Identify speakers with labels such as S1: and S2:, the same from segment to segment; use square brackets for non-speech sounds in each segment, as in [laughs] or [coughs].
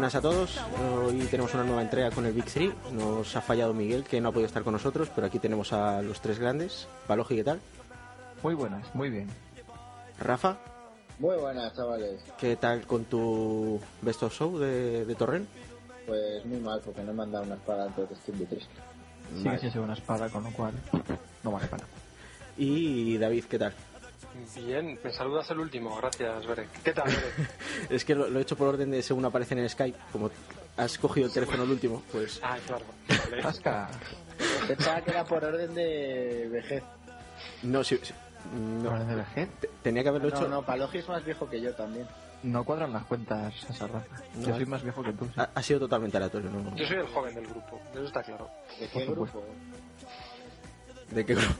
S1: más a todos. Hoy tenemos una nueva entrega con el Big 3. Nos ha fallado Miguel, que no ha podido estar con nosotros, pero aquí tenemos a los tres grandes. Paloji, ¿qué tal?
S2: Muy buenas, muy bien.
S1: Rafa,
S3: Muy buenas, chavales.
S1: ¿qué tal con tu Best of Show de, de Torrent?
S3: Pues muy mal, porque no me han dado una espada, entonces estoy muy triste.
S2: Sigue sin ser una espada, con lo cual no vale para nada.
S1: Y David, ¿qué tal?
S4: Bien, me saludas el último, gracias, Bere. ¿Qué tal, Bere?
S2: [laughs]
S1: Es que lo, lo he hecho por orden de según aparece en el Skype. Como has cogido el teléfono el último, pues
S4: Ah, claro. Vale.
S2: Tasca.
S3: Pensaba que era por orden de vejez.
S1: no, sí, sí, no.
S2: No. de vejez.
S1: Te- tenía que haberlo hecho.
S3: Ah, No, no, Palogi es más viejo que yo también.
S2: No cuadran las cuentas a esa raza. Yo
S1: No. Ah,
S2: soy más viejo que tú. sí.
S1: Ha, ha sido totalmente aleatorio. ¿no?
S4: Yo soy el joven del grupo, eso está claro.
S3: ¿De
S4: [laughs]
S3: qué
S2: supuesto.
S3: grupo?
S1: ¿De qué grupo?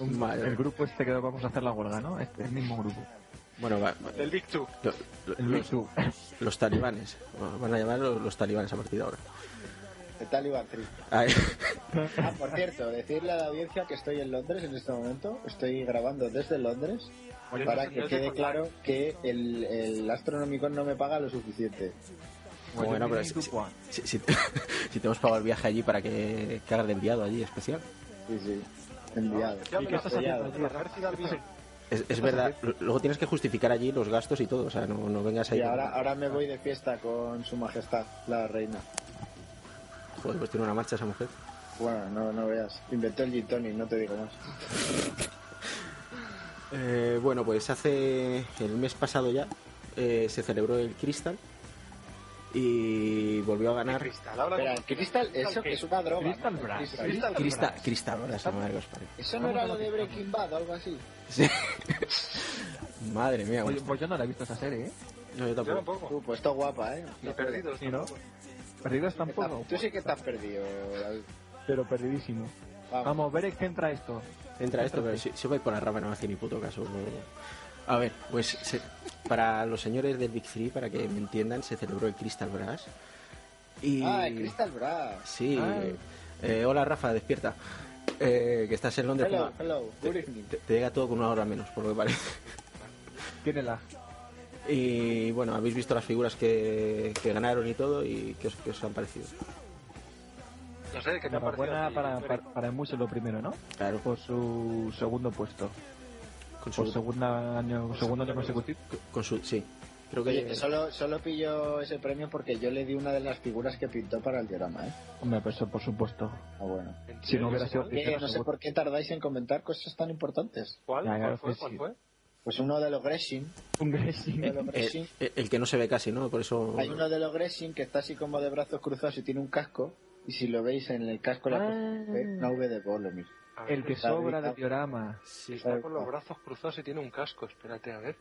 S1: Vale.
S2: El grupo este que vamos a hacer la huelga, ¿no? Este, el mismo grupo.
S1: Bueno, va- va-
S4: Del Big Two.
S1: lo- lo-
S2: El
S1: los,
S2: [laughs] Big
S1: los talibanes. Van a llamar los, los talibanes a partir de ahora.
S3: De Taliban Tree.
S1: Ah, eh,
S3: Ah, por cierto, decirle a la audiencia que estoy en Londres en este momento. Estoy grabando desde Londres
S4: Oye,
S3: para
S4: no-
S3: que
S4: no te
S3: quede
S4: colgáis.
S3: claro que el, el Astronomicon no me paga lo suficiente.
S1: bueno, pero si,
S2: Big Two.
S1: si- [laughs] si- si te hemos pagado el viaje allí para que, que hagas de enviado allí especial.
S3: Sí, sí. Enviado.
S4: Ya me
S2: ¿Y qué
S4: lo
S2: estás
S4: has
S2: haciendo
S4: pillado.
S2: allí,
S4: A ver si da el vino.
S1: Es, es verdad, l- luego tienes que justificar allí los gastos y todo, o sea, no, no vengas ahí.
S3: Y
S1: con-
S3: ahora, ahora me voy de fiesta con su majestad, la reina.
S1: Joder, pues tiene una marcha esa mujer.
S3: Bueno, no, no veas. Inventó el gin tonic, no te digo más.
S1: Eh, bueno, pues hace el mes pasado ya eh, se celebró el Crystal y volvió a ganar
S4: Cristal, habla
S3: Espera,
S4: con-
S3: el cristal, eso
S4: ¿Qué?
S3: que es una droga.
S2: Crystal
S3: ¿no? El
S2: Brass.
S3: cristal.
S4: Crystal
S1: Crystal, Crystal, ahora se llama Dios, padre.
S3: Eso no era lo de Breaking Bad o algo así.
S1: Sí. [laughs] Madre mía,
S2: Oye,
S1: bueno.
S2: pues yo no la he visto esa serie, ¿eh?
S1: No, yo
S4: Yo
S1: tampoco.
S4: tampoco.
S3: Uh, pues está guapa, ¿eh?
S4: Ni perdidos,
S2: Sí, ¿no?
S4: tampoco.
S2: Perdidos tampoco.
S3: Tú sí que estás perdido, David.
S2: Pero perdidísimo. Vamos, Berek, centra esto.
S1: Entra esto, pero si, si vais por la rama no me hace ni puto caso. no. A ver, pues se- para los señores del Big Three, para que me entiendan, se celebró el Crystal Brass. Y...
S3: Ah, el Crystal Brass.
S1: Sí.
S2: Ah.
S1: Eh, hola Rafa, despierta. Eh, que estás en Londres.
S3: Hello,
S1: como-
S3: hello, good evening.
S1: Te, te llega todo con una hora menos, por lo que parece.
S2: Tiene la.
S1: Y bueno, habéis visto las figuras que, que ganaron y todo, y ¿qué os, qué os han parecido?
S4: No sé, ¿qué te ha parecido?
S2: Enhorabuena
S4: a ti,
S2: para,
S4: Bere?
S2: para, para Emuse lo primero, ¿no?
S1: Claro,
S2: Por su segundo puesto.
S1: con
S2: Por
S1: su,
S2: segundo año, segundo año consecutivo.
S1: con su- Sí, creo que.
S3: Oye, que solo, solo pilló ese premio porque yo le di una de las figuras que pintó para el diorama, ¿eh?
S2: Hombre, pues eso, por supuesto.
S3: Ah, bueno.
S4: ¿En
S2: Si no hubiera sido
S4: serio?
S2: oficial,
S3: Eh, no sé por qué tardáis en comentar cosas tan importantes.
S4: ¿Cuál?
S2: Ya, ya
S4: ¿Cuál
S2: lo
S4: fue? eh?
S2: sé,
S4: ¿Cuál
S2: sí.
S4: fue?
S3: Pues uno de los Gresham,
S2: Un
S3: uno de
S2: Gressing. [laughs]
S3: los Gresham,
S1: el, el- el que no se ve casi, ¿no? Por eso.
S3: Hay uno de los Gresham que está así como de brazos cruzados y tiene un casco. Y si lo veis en el casco, le ha puesto
S2: Ah.
S3: una V de Bolomir.
S4: A ver,
S2: El que eh. sobra de diorama.
S1: Sí.
S4: Está con los brazos cruzados y tiene un casco, espérate, a ver.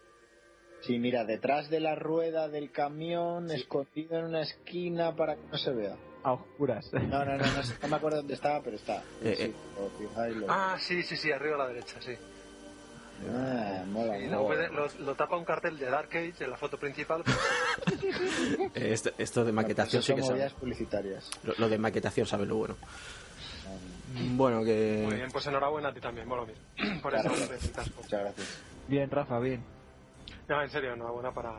S3: Sí, mira, detrás de la rueda del camión,
S1: Sí.
S3: escondido en una esquina para que no se vea.
S2: A oscuras. [laughs]
S3: No, no, no, no, sé, no me acuerdo dónde estaba, pero está.
S1: Eh,
S3: Sí,
S1: eh.
S3: o fijaoslo. Ah,
S4: Ah, sí, sí, sí, arriba a la derecha, sí.
S3: Ah, mola,
S4: Y
S2: Ah,
S3: mola.
S4: lo, puede- lo- lo tapa un cartel de Dark Age en la foto principal. pues,
S1: Eh, esto, esto de maquetación
S3: Eso
S1: sí
S3: son
S1: que
S3: movidas
S1: sabe.
S3: publicitarias.
S1: Lo, lo de maquetación sabe lo bueno.
S3: Mm.
S1: Bueno, que.
S4: Muy bien, pues enhorabuena a ti también, mola mismo. [clears throat] Por
S3: Claro.
S4: eso el casco.
S3: Muchas gracias.
S2: Bien, Rafa, bien.
S4: No, en serio, enhorabuena para,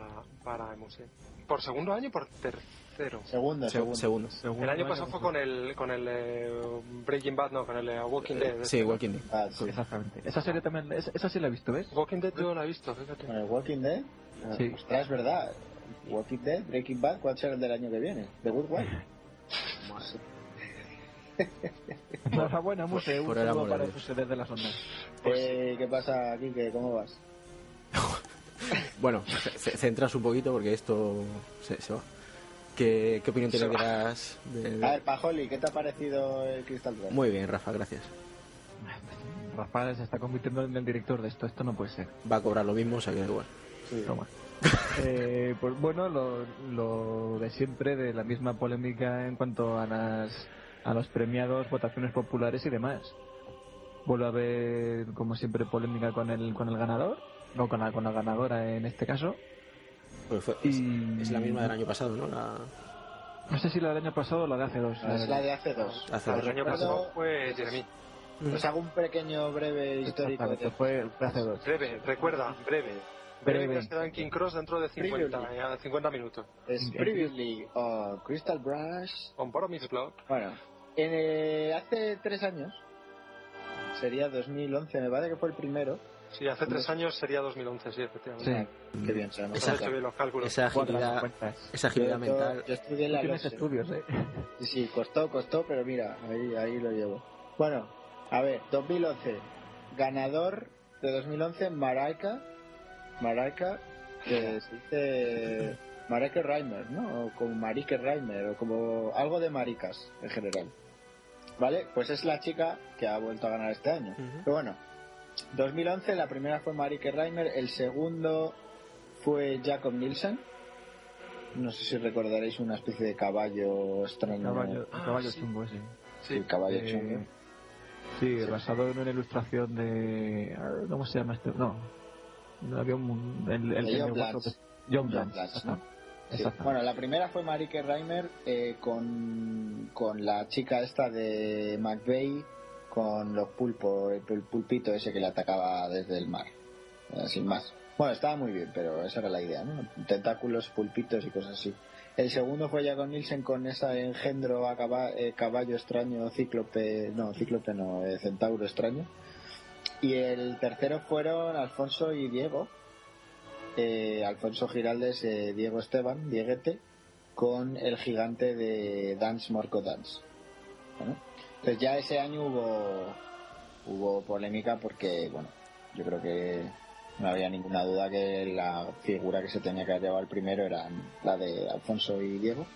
S4: para Emuse. ¿Por segundo año o por tercero?
S3: Segundo,
S1: Se-
S3: segundo.
S1: segundo.
S4: El año pasado fue con el, con el eh, Breaking Bad, no, con el eh, Walking Dead.
S1: Sí, Walking Dead.
S3: Ah, sí.
S2: Exactamente. Esa serie también, es- esa sí la he visto, ¿ves?
S4: Walking Dead yo la he visto, fíjate.
S3: Con el Walking Dead. Ah,
S2: Sí.
S3: Ostras, es verdad. Walking Dead, Breaking Bad, ¿cuál será el del año que viene? The Good
S1: [laughs]
S3: Wife.
S2: Enhorabuena, Muse. Un
S1: por el
S2: saludo
S1: amor de
S2: para
S1: Dios.
S2: Muse desde las ondas.
S1: Pues
S3: Eh, ¿Qué pasa, Kike? ¿Cómo vas?
S1: Bueno, ce- ce- centraos un poquito porque esto se, se va. ¿Qué, qué opinión tienes de las- de- de-
S3: A ver, Pajoli, ¿qué te ha parecido el Crystal Brass?
S1: Muy bien, Rafa, gracias.
S2: Rafa se está convirtiendo en el director de esto. Esto no puede ser.
S1: Va a cobrar lo mismo, o sea que da igual.
S3: Sí.
S2: Broma. [laughs] Eh, pues bueno, lo, lo de siempre, de la misma polémica en cuanto a las a los premiados, votaciones populares y demás. Vuelve a haber, como siempre, polémica con el con el ganador, no con la, con la ganadora en este caso.
S1: Porque pues fue- es,
S3: Mm.
S2: Y
S1: es la misma del año pasado, ¿no? La-
S2: No sé si la del año pasado o la de hace dos. Eh,
S3: Es la de hace dos.
S1: hace
S4: El
S1: dos.
S4: año pasado fue Jeremy.
S3: Os hago un pequeño breve histórico.
S2: Exactamente,
S3: de-
S2: fue la de hace dos.
S4: Breve, recuerda, breve. Pero
S2: Breve.
S4: has quedado en King Cross dentro de 50,
S3: Previously.
S4: eh, 50 minutos.
S3: Es Previously o Crystal Brush.
S4: On Boromir Block.
S3: Bueno, en, eh, hace tres años, sería 2011, me parece que fue el primero.
S4: Sí, hace tres años sería 2011, sí, efectivamente.
S2: Sí.
S3: Qué bien, sabemos.
S4: Has hecho
S1: Exacto.
S4: bien los cálculos.
S1: Esa
S2: Cuadras,
S1: agilidad,
S2: cuentas.
S1: esa agilidad
S3: yo,
S1: mental.
S3: yo estudié en
S2: Tú
S3: la
S2: tienes
S3: LOSE.
S2: estudios, ¿eh?
S3: Sí, sí, costó, costó, pero mira, ahí, ahí lo llevo. Bueno, a ver, 2011. Ganador de 2011, Maraika. Maraika, que se dice. Marike Reimer, ¿no? O como Marike Reimer, o como algo de maricas en general. ¿Vale? Pues es la chica que ha vuelto a ganar este año.
S1: Ujú.
S3: Pero bueno, 2011, la primera fue Marike Reimer, el segundo fue Jacob Nielsen. No sé si recordaréis una especie de caballo extraño.
S2: Caballo,
S4: Ah,
S2: caballo
S4: sí.
S2: chungo, sí.
S4: Sí.
S3: Sí, caballo
S2: Eh,
S3: chungo.
S2: Sí, basado en una ilustración de. ar, ¿Cómo se llama este? No. No había un. El, el,
S3: De John
S2: el-
S3: Blanche.
S2: John
S3: John
S2: Blanche.
S3: Blanche,
S2: ajá.
S3: ¿no? Sí.
S2: Exacto.
S3: Bueno, la primera fue Marike Reimer eh, con, con la chica esta de McVeigh con los pulpos, el pul- pulpito ese que le atacaba desde el mar. Eh, sin más. Bueno, estaba muy bien, pero esa era la idea, ¿no? Tentáculos, pulpitos y cosas así. El segundo fue ya con Nielsen con esa engendro a caba- eh, caballo extraño, cíclope, no, cíclope no, eh, centauro extraño. Y el tercero fueron Alfonso y Diego, eh, Alfonso Giraldes, eh, Diego Esteban, Dieguete, con el gigante de Dance Morco Dance. Bueno, pues ya ese año hubo, hubo polémica porque, bueno, yo creo que no había ninguna duda que la figura que se tenía que llevar primero era la de Alfonso y Diego.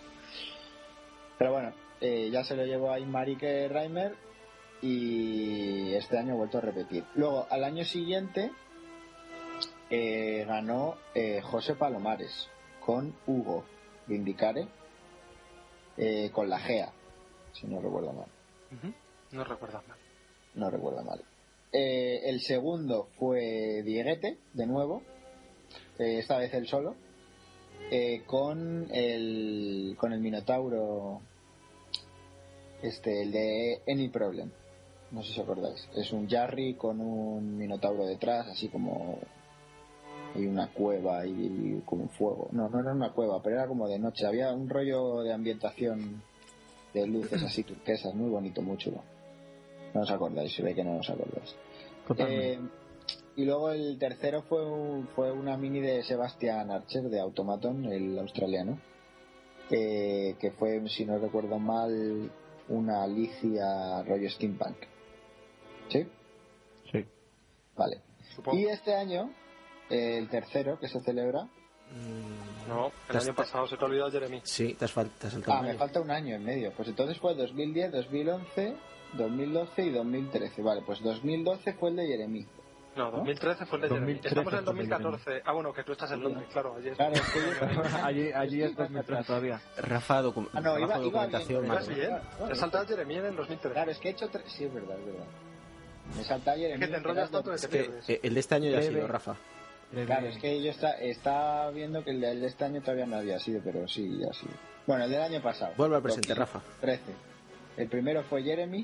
S3: Pero bueno, eh, ya se lo llevó ahí Marike Reimer y este año ha vuelto a repetir. Luego, al año siguiente, eh, ganó eh, José Palomares con Hugo Vindicare eh, con la GEA, si no recuerdo mal.
S4: Ujú. No recuerdas mal.
S3: No recuerdo mal. Eh, el segundo fue Dieguete, de nuevo, eh, esta vez él solo, eh, con, el, con el Minotauro, este, el de Any Problem. No sé si os acordáis. Es un Jarry con un Minotauro detrás, así como. Y una cueva y como un fuego. No, no era una cueva, pero era como de noche. Había un rollo de ambientación de luces así turquesas, muy bonito, muy chulo. No os acordáis, se ve que no os acordáis.
S2: Totalmente.
S3: Eh, y luego el tercero fue, un- fue una mini de Sebastian Archer, de Automaton, el australiano, eh, que fue, si no recuerdo mal, una Alicia rollo steampunk. ¿Sí? [laughs]
S2: sí.
S3: Vale.
S4: Supongo.
S3: Y este año, eh, el tercero que se celebra...
S1: Mm,
S4: No, el
S1: Las-
S4: año pasado se te ha olvidado Jeremy.
S1: Sí, te has, fal- te has saltado
S3: Ah,
S1: un
S3: me
S1: año.
S3: falta un año en medio. Pues entonces fue 2010, 2011, 2012 y 2013. Vale, pues 2012 fue el de Jeremy.
S4: No, 2013 fue el de Jeremy.
S2: 2013
S4: Estamos en
S2: fue el de
S4: 2014. Ah, bueno, que tú estás en Londres, claro, ayer.
S3: Claro, es que yo-
S2: allí allí
S3: Estoy
S2: es 2003
S3: atrás.
S2: todavía.
S1: Rafa, docu-
S3: Ah, no,
S1: Rafa
S3: iba- iba
S1: documentación.
S3: bien,
S4: ¿Estás
S1: Manuel.
S4: bien?
S3: Claro, claro.
S4: Te has saltado a Jeremy en el 2013.
S3: Claro, es que he hecho tres. Sí, es verdad, es verdad. Me salta ayer
S4: Es
S3: en
S4: que te
S3: mil,
S4: enrollas
S3: quedando-
S4: tanto que
S1: Es
S4: te
S1: que
S4: pierdes.
S1: eh, el de este año ya ha
S2: Breve.
S1: sido, Rafa.
S3: Claro, es que yo está, está viendo que el del este año todavía no había sido, pero sí, ya sí. Bueno, el del año pasado.
S1: Vuelve al presente, Rafa.
S3: 13. El primero fue Jeremy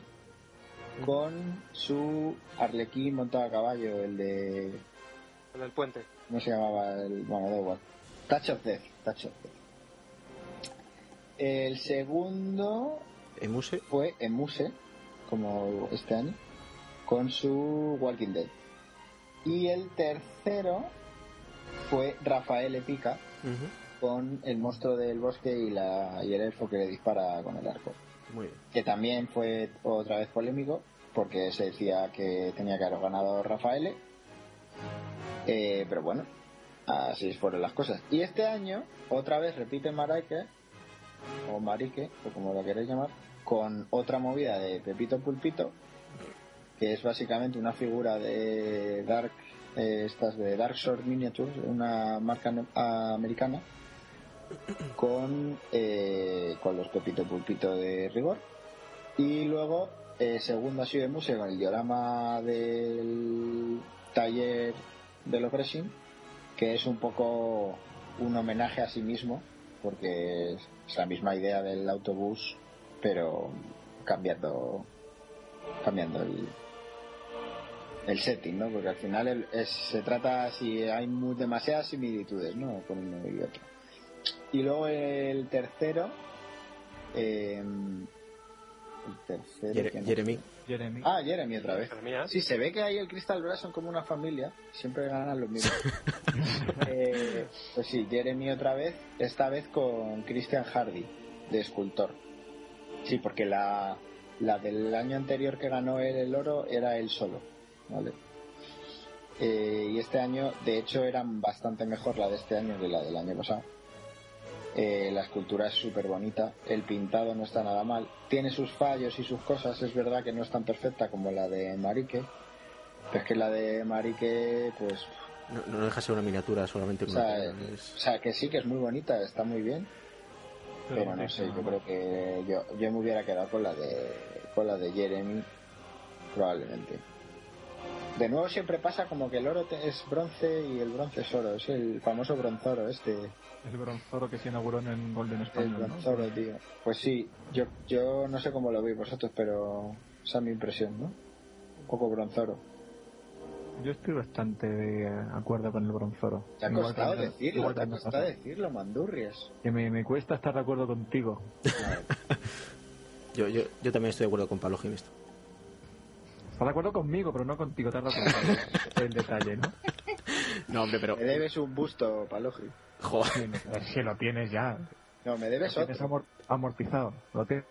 S1: Mm.
S3: con su arlequín montado a caballo, el de.
S4: En el puente.
S3: ¿Cómo se llamaba? El, bueno, da igual. Touch of Death. Touch of Death. El segundo
S1: Emuse.
S3: fue en Muse, como este año, con su Walking Dead. Y el tercero fue Rafael Epica
S1: Ujú.
S3: con el monstruo del bosque y, la, y el elfo que le dispara con el arco.
S1: Muy bien.
S3: Que también fue otra vez polémico porque se decía que tenía que haber ganado Rafael. Eh, pero bueno, así fueron las cosas. Y este año, otra vez repite Maraike, o Marique, o como lo queréis llamar, con otra movida de Pepito Pulpito, que es básicamente una figura de Dark, eh, estas de Dark Sword Miniatures, una marca no- americana, con, eh, con los Pepito Pulpito de rigor. Y luego, eh, segundo así de música, con el diorama del taller de los Gresham, que es un poco un homenaje a sí mismo, porque es la misma idea del autobús, pero cambiando cambiando el, el setting, ¿no? Porque al final el- es- se trata si hay mu- demasiadas similitudes, ¿no? Con uno y otro. Y luego el tercero. eh, el tercero.
S1: Jere-
S3: ¿quién es?
S1: Jeremy.
S2: Jeremy.
S3: Ah, Jeremy otra vez.
S4: Jeremías.
S3: Sí, se ve que ahí el Crystal Brass son como una familia, siempre ganan los mismos. Eh, pues sí, Jeremy otra vez, esta vez con Christian Hardy, de escultor. Sí, porque la, la del año anterior que ganó él el oro era él solo, ¿vale? Eh, y este año, de hecho, eran bastante mejor la de este año que la del año pasado. Eh, la escultura es súper bonita, el pintado no está nada mal, tiene sus fallos y sus cosas, es verdad que no es tan perfecta como la de Marique, pero es que la de Marique, pues,
S1: No, no deja ser una miniatura solamente
S3: o
S1: con una
S3: sea,
S1: piedra,
S3: eh,
S1: es-
S3: o sea, que sí que es muy bonita, está muy bien, pero no sé, yo creo que yo, yo me hubiera quedado con la de con la de Jeremy, probablemente. De nuevo siempre pasa como que el oro te- es bronce y el bronce es oro, es el famoso bronzoro este.
S2: El bronzoro que se inauguró en el Golden
S3: El
S2: Español, Ah, ¿no?
S3: bronzoro, tío. Pues sí, yo, yo no sé cómo lo veis vosotros, pero esa es mi impresión, ¿no? Un poco bronzoro.
S2: Yo estoy bastante de acuerdo con el bronzoro.
S3: Te ha
S2: Igual
S3: costado
S2: que me-
S3: decirlo,
S2: igual
S3: te ha
S2: que me-
S3: costado decirlo, mandurrias.
S2: [laughs] Que me, me cuesta estar de acuerdo contigo.
S1: yo, yo, yo también estoy de acuerdo con Pablo Jiménez.
S2: Estás de acuerdo conmigo, pero no contigo. Estás de
S3: [laughs]
S2: acuerdo con el detalle, ¿no?
S1: No, hombre, pero.
S3: Me debes un busto, Paloji.
S1: jo,
S2: Sí, no, es que lo tienes ya.
S3: No, me debes
S2: Lo tienes
S3: otro.
S2: amor- amortizado. Lo tienes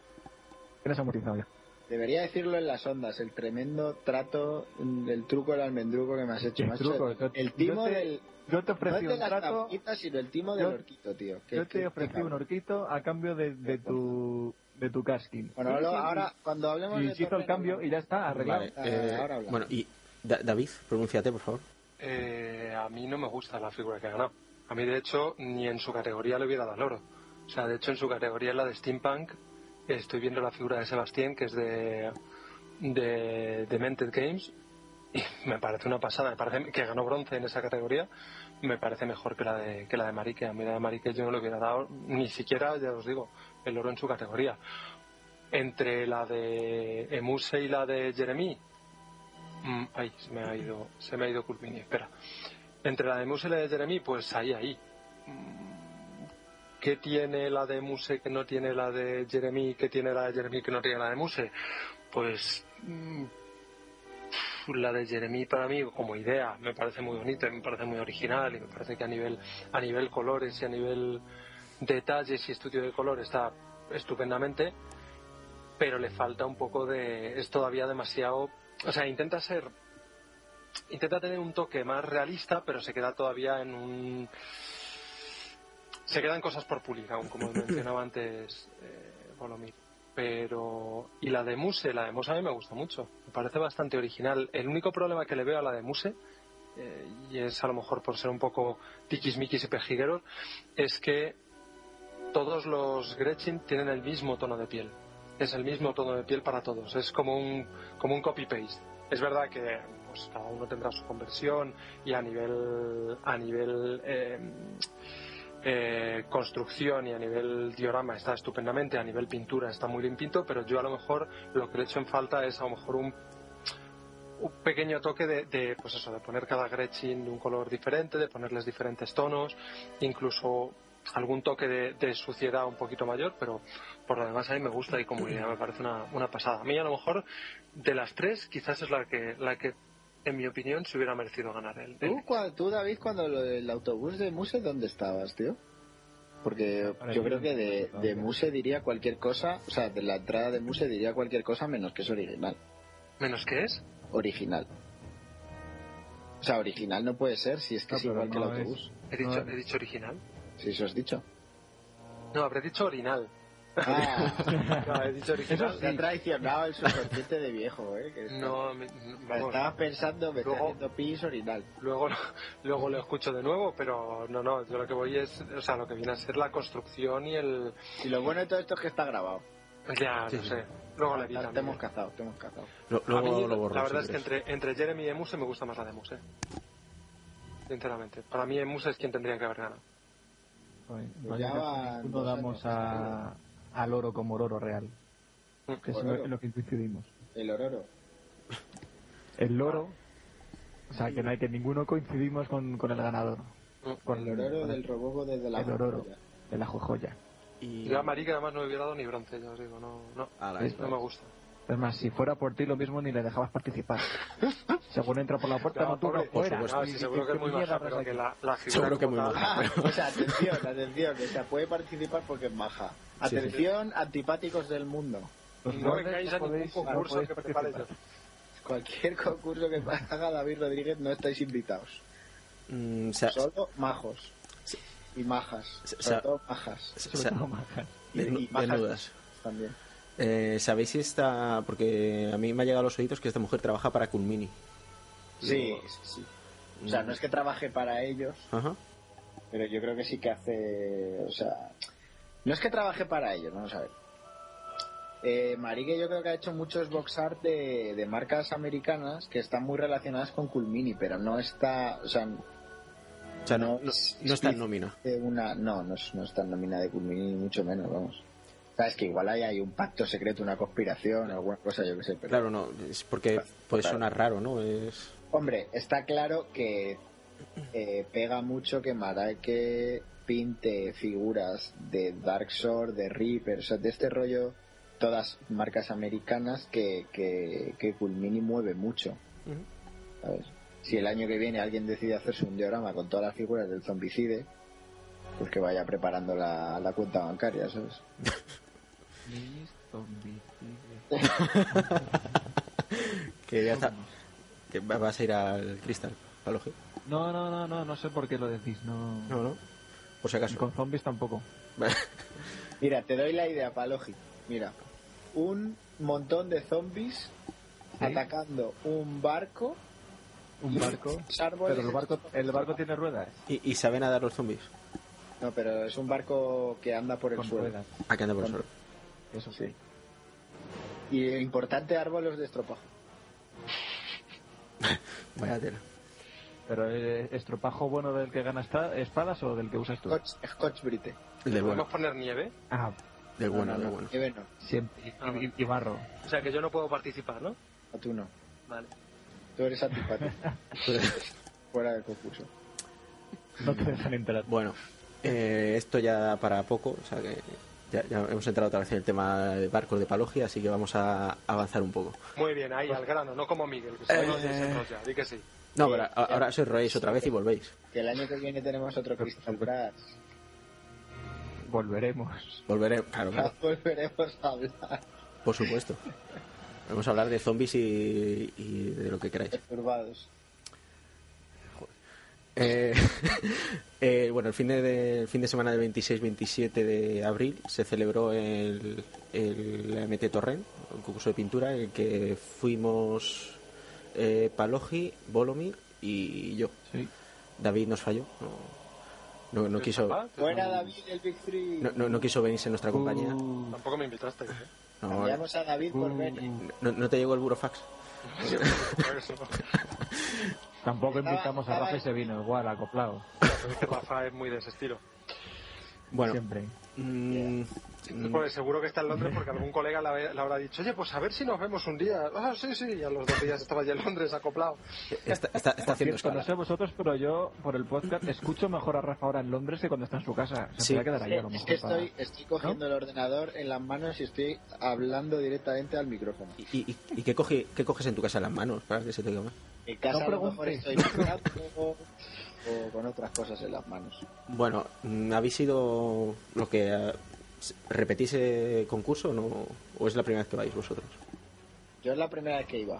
S2: tienes amortizado ya.
S3: Debería decirlo en las ondas, el tremendo trato, mm, el truco del almendruco que me has hecho,
S2: El
S3: macho.
S2: truco, yo-
S3: el timo
S2: yo te-
S3: del...
S2: Yo te
S3: No
S2: ofrecí
S3: es de
S2: un
S3: las
S2: trato.
S3: trampitas, sino el timo del
S2: yo-
S3: horquito, tío. Que-
S2: Yo te
S3: que-
S2: ofrecí
S3: que-
S2: un horquito a cambio de, de tu de tu casking.
S3: Bueno, ahora- ahora, cuando hablemos
S2: Y
S3: de
S2: hizo el
S3: torneo,
S2: cambio y ya está, arreglado.
S1: vale,
S3: Ah,
S1: eh,
S3: ahora hablamos.
S1: bueno, y Da- David, pronúnciate, por favor.
S4: Eh, a mí no me gusta la figura que ha ganado. A mí, de hecho, ni en su categoría le hubiera dado el oro. O sea, de hecho, en su categoría, la de Steampunk, estoy viendo la figura de Sebastián, que es de, de, de Mented Games, y [laughs] me parece una pasada. Me parece que ganó bronce en esa categoría, me parece mejor que la de, que la de Marique. A mí la de Marique yo no le hubiera dado ni siquiera, ya os digo, el oro en su categoría. Entre la de Emuse y la de Jeremy, Mm, ay, se me ha ido, se me ha ido Culpini, espera. Entre la de Muse y la de Jeremy, pues ahí, ahí. Mm, ¿Qué tiene la de Muse que no tiene la de Jeremy? ¿Qué tiene la de Jeremy que no tiene la de Muse? Pues mm, la de Jeremy para mí como idea me parece muy bonita, me parece muy original y me parece que a nivel, a nivel colores y a nivel detalles y estudio de color está estupendamente pero le falta un poco de es todavía demasiado o sea intenta ser intenta tener un toque más realista pero se queda todavía en un se quedan cosas por pulir aún como mencionaba antes eh, Volomir pero y la de Muse la de Muse a mí me gusta mucho me parece bastante original el único problema que le veo a la de Muse eh, y es a lo mejor por ser un poco tiquismiquis y pejigueros es que todos los Gretchen tienen el mismo tono de piel es el mismo tono de piel para todos. Es como un, como un copy-paste. Es verdad que pues, cada uno tendrá su conversión y a nivel, a nivel eh, eh, construcción y a nivel diorama está estupendamente, a nivel pintura está muy limpito, pero yo a lo mejor lo que le echo en falta es a lo mejor un un pequeño toque de, de, pues eso de poner cada Gretchen de un color diferente de ponerles diferentes tonos incluso algún toque de, de suciedad un poquito mayor pero por lo demás a mí me gusta y como idea me parece una, una pasada a mí a lo mejor de las tres quizás es la que la que en mi opinión se hubiera merecido ganar el, el-
S3: ¿Tú, cua- tú, David, cuando lo- el autobús de Muse, ¿dónde estabas, tío? Porque
S2: Para
S3: yo
S2: mí,
S3: creo que de,
S2: para
S3: de
S2: mí.
S3: Muse diría cualquier cosa, o sea, de la entrada de Muse diría cualquier cosa menos que es original.
S4: menos que es
S3: Original. O sea, original no puede ser si es que
S2: No,
S3: es
S2: pero
S3: igual que el
S2: no es-
S3: autobús.
S4: he dicho
S2: No.
S4: he dicho original
S3: Si eso has
S4: [laughs]
S3: dicho.
S4: no habré dicho [laughs] orinal
S3: [laughs] Ah,
S4: no, he dicho original
S3: te ha traicionado el subconsciente de viejo, ¿eh? que
S4: no me-
S3: está-
S4: vamos,
S3: Estabas pensando, me está
S4: Luego-
S3: haciendo pis original.
S4: luego luego lo [laughs] escucho de nuevo pero no no yo lo que voy es o sea lo que viene a ser la construcción y el
S3: Y lo bueno de todo esto es que está grabado.
S4: ya
S1: Sí,
S4: no
S1: sí.
S4: sé luego le vi
S3: Te
S4: también.
S3: hemos cazado, te hemos cazado.
S1: Lo-
S4: A
S1: luego
S4: mí,
S1: lo borro. si
S4: la verdad es que
S1: quieres.
S4: entre, entre Jeremy y Emuse me gusta más la de Emuse sinceramente para mí Emuse es quien tendría que haber ganado
S2: Pues
S3: Ya
S2: ya
S3: van
S2: ninguno
S3: dos
S2: damos a,
S3: años.
S2: al oro como oro real, que es
S3: Mm, Ororo.
S2: en lo que coincidimos.
S3: El ororo.
S2: El loro O sea, que, no hay, que ninguno coincidimos con, con el ganador. Con
S3: Mm, El ororo
S2: con
S3: del robobo desde la
S2: el ororo
S3: joya.
S2: de la jojoya.
S1: Y...
S4: Yo a Marica además no le hubiera dado ni bronce, ya os digo, no, no,
S1: A la
S2: Sí,
S1: vez,
S4: no me gusta.
S2: Es más, si fuera por ti lo mismo ni le dejabas participar. Según entra por la puerta, no, tú no
S4: pobre,
S2: fuera.
S1: por
S4: No,
S2: Y-
S4: sí,
S2: y-
S4: seguro
S2: y-
S4: que es muy
S2: mierda
S4: baja,
S2: habrás
S4: pero que
S2: aquí.
S4: la, la figura
S1: Seguro que
S4: como
S1: muy
S4: tal-
S1: baja. pero-
S3: Ah, O sea, atención, atención, o sea, puede participar porque es maja.
S1: Sí, sí.
S3: Atención, antipáticos del mundo.
S2: Los
S4: No
S2: verdes
S4: vengáis a ningún
S2: Pues podéis- no
S4: concurso
S2: podéis
S4: que prepare yo.
S2: participar.
S3: Cualquier concurso que haga David Rodríguez no estáis invitados.
S1: Mm, sa-
S3: Solo majos.
S1: Sí.
S3: Y majas.
S1: Sí,
S3: Sobre
S1: sí.
S3: todo majas
S1: sa-
S2: Sobre
S1: sa-
S2: todo majas.
S1: desnu-
S3: y bajas.
S1: desnudas.
S3: también.
S1: Eh, ¿Sabéis si esta.? Porque a mí me ha llegado a los oídos que esta mujer trabaja para Culmini.
S3: Sí,
S1: Luego-
S3: sí, sí. O sea, no es que trabaje para ellos,
S1: Ajá.
S3: pero yo creo que sí que hace. O sea, no es que trabaje para ellos, vamos a ver. Eh, Marigue yo creo que ha hecho muchos box art de, de marcas americanas que están muy relacionadas con Culmini, pero no está, o sea,
S1: O sea, no, no,
S3: es-
S1: no está en nómina.
S3: de una no no es, no está en nómina de Culmini ni mucho menos vamos sabes que igual hay, hay un pacto secreto una conspiración alguna cosa yo que sé pero
S1: Claro, no. Es porque puede
S3: Claro.
S1: sonar raro, ¿no? Es.
S3: hombre está claro que eh, pega mucho que Maraike pinte figuras de Dark Sword de Reaper o sea de este rollo todas marcas americanas que que, que Culmini mueve mucho
S1: Ujú.
S3: ¿sabes? si el año que viene alguien decide hacerse un diorama con todas las figuras del zombicide pues que vaya preparando la, la cuenta bancaria ¿sabes?
S2: Minis zombicidas.
S1: Que ya está. Que va- vas a ir al cristal, al ojo.
S2: No, no, no, no, no sé por qué lo decís. No.
S1: No, no. Por si
S2: Y
S1: acaso.
S2: con zombies tampoco.
S3: Mira, te doy la idea, Palogi. Mira, un montón de zombies atacando un barco,
S2: Un barco.
S3: [laughs] los árboles.
S2: Pero el barco, el barco tiene ruedas.
S1: ¿Y, y saben nadar los zombies?
S3: No, pero es un barco que anda por el
S2: Con
S3: suelo.
S2: ruedas.
S1: Ah, que anda por el suelo.
S2: Eso sí.
S3: Y el importante árbol los de estropajo.
S1: Vaya tela.
S2: Pero el estropajo bueno del que gana esta- espadas o del que usas tú.
S3: Scotch, Scotch Brite.
S1: Del bueno,
S4: ¿Podemos poner nieve?
S2: Ah,
S1: del bueno,
S3: no,
S1: del
S3: no,
S1: bueno.
S3: nieve no,
S2: siempre. Y, y- y barro.
S4: O sea, que yo no puedo participar, ¿no?
S3: a tú no.
S4: Vale.
S3: Tú
S2: [laughs]
S3: eres antipático. Fuera del concurso.
S2: No te dejan entrar.
S1: Bueno, eh, esto ya da para poco, o sea que ya, ya hemos entrado otra vez en el tema de barcos de palogia, así que vamos a avanzar un poco.
S4: Muy bien, ahí, al grano, no como Miguel, que se
S1: Eh,
S4: lo dice ya, di que sí.
S1: No,
S3: Eh,
S1: pero a-
S3: eh,
S1: ahora sois roéis otra vez y volvéis.
S3: Que el año que viene tenemos otro Crystal
S2: pues,
S3: Brass.
S2: Volveremos.
S1: Volveré, claro, [laughs] claro,
S3: Volveremos a hablar.
S1: por supuesto. Vamos a hablar de zombies y, y de lo que queráis.
S3: Perturbados.
S1: Eh, [laughs] eh, bueno, el fin, de, el fin de semana del 26-27 de abril se celebró el, el MT Torrent, un concurso de pintura, en el que fuimos eh, Palogi, Bolomir y yo.
S2: Sí.
S1: David nos falló, no, no, no quiso,
S4: Ah, pues
S3: Fuera David el Big Three.
S1: no, no- no quiso venirse a nuestra compañía.
S2: Uh,
S4: Tampoco me invitaste, ¿eh?
S1: No, no,
S3: Cambiamos a David por
S2: uh,
S3: Benny.
S1: no te llegó el burofax. [laughs]
S4: Por eso.
S2: Tampoco invitamos a
S3: Estaba-
S2: Rafa y se vino igual, acoplado.
S4: Pero es que Rafa es muy de ese estilo.
S1: Bueno,
S2: Siempre.
S1: mm, mm,
S4: Pues seguro que está en Londres porque algún colega le habrá- le habrá dicho, oye, pues a ver si nos vemos un día. Ah, sí, sí, y a los dos días estaba ya en Londres acoplado.
S1: está, está- está haciendo
S2: Cierto, no
S1: escala.
S2: sé vosotros, pero yo, por el podcast, escucho mejor a Rafa ahora en Londres que cuando está en su casa. Se
S1: Sí.
S2: podría quedar ahí a lo
S3: Es
S2: mejor.
S3: que
S2: para-
S3: estoy, estoy cogiendo el ordenador en las manos y estoy hablando directamente al micrófono.
S1: ¿Y, y, y qué, coge- qué coges en tu casa en las manos para que se te queme?
S3: En casa
S2: No
S3: a lo mejor
S2: preguntes.
S3: estoy picando o, o con otras cosas en las manos.
S1: Bueno, mm, ¿habéis sido lo que eh, s- repetís eh, concurso o no? ¿O es la primera vez que vais vosotros?
S3: Yo es la primera vez que iba.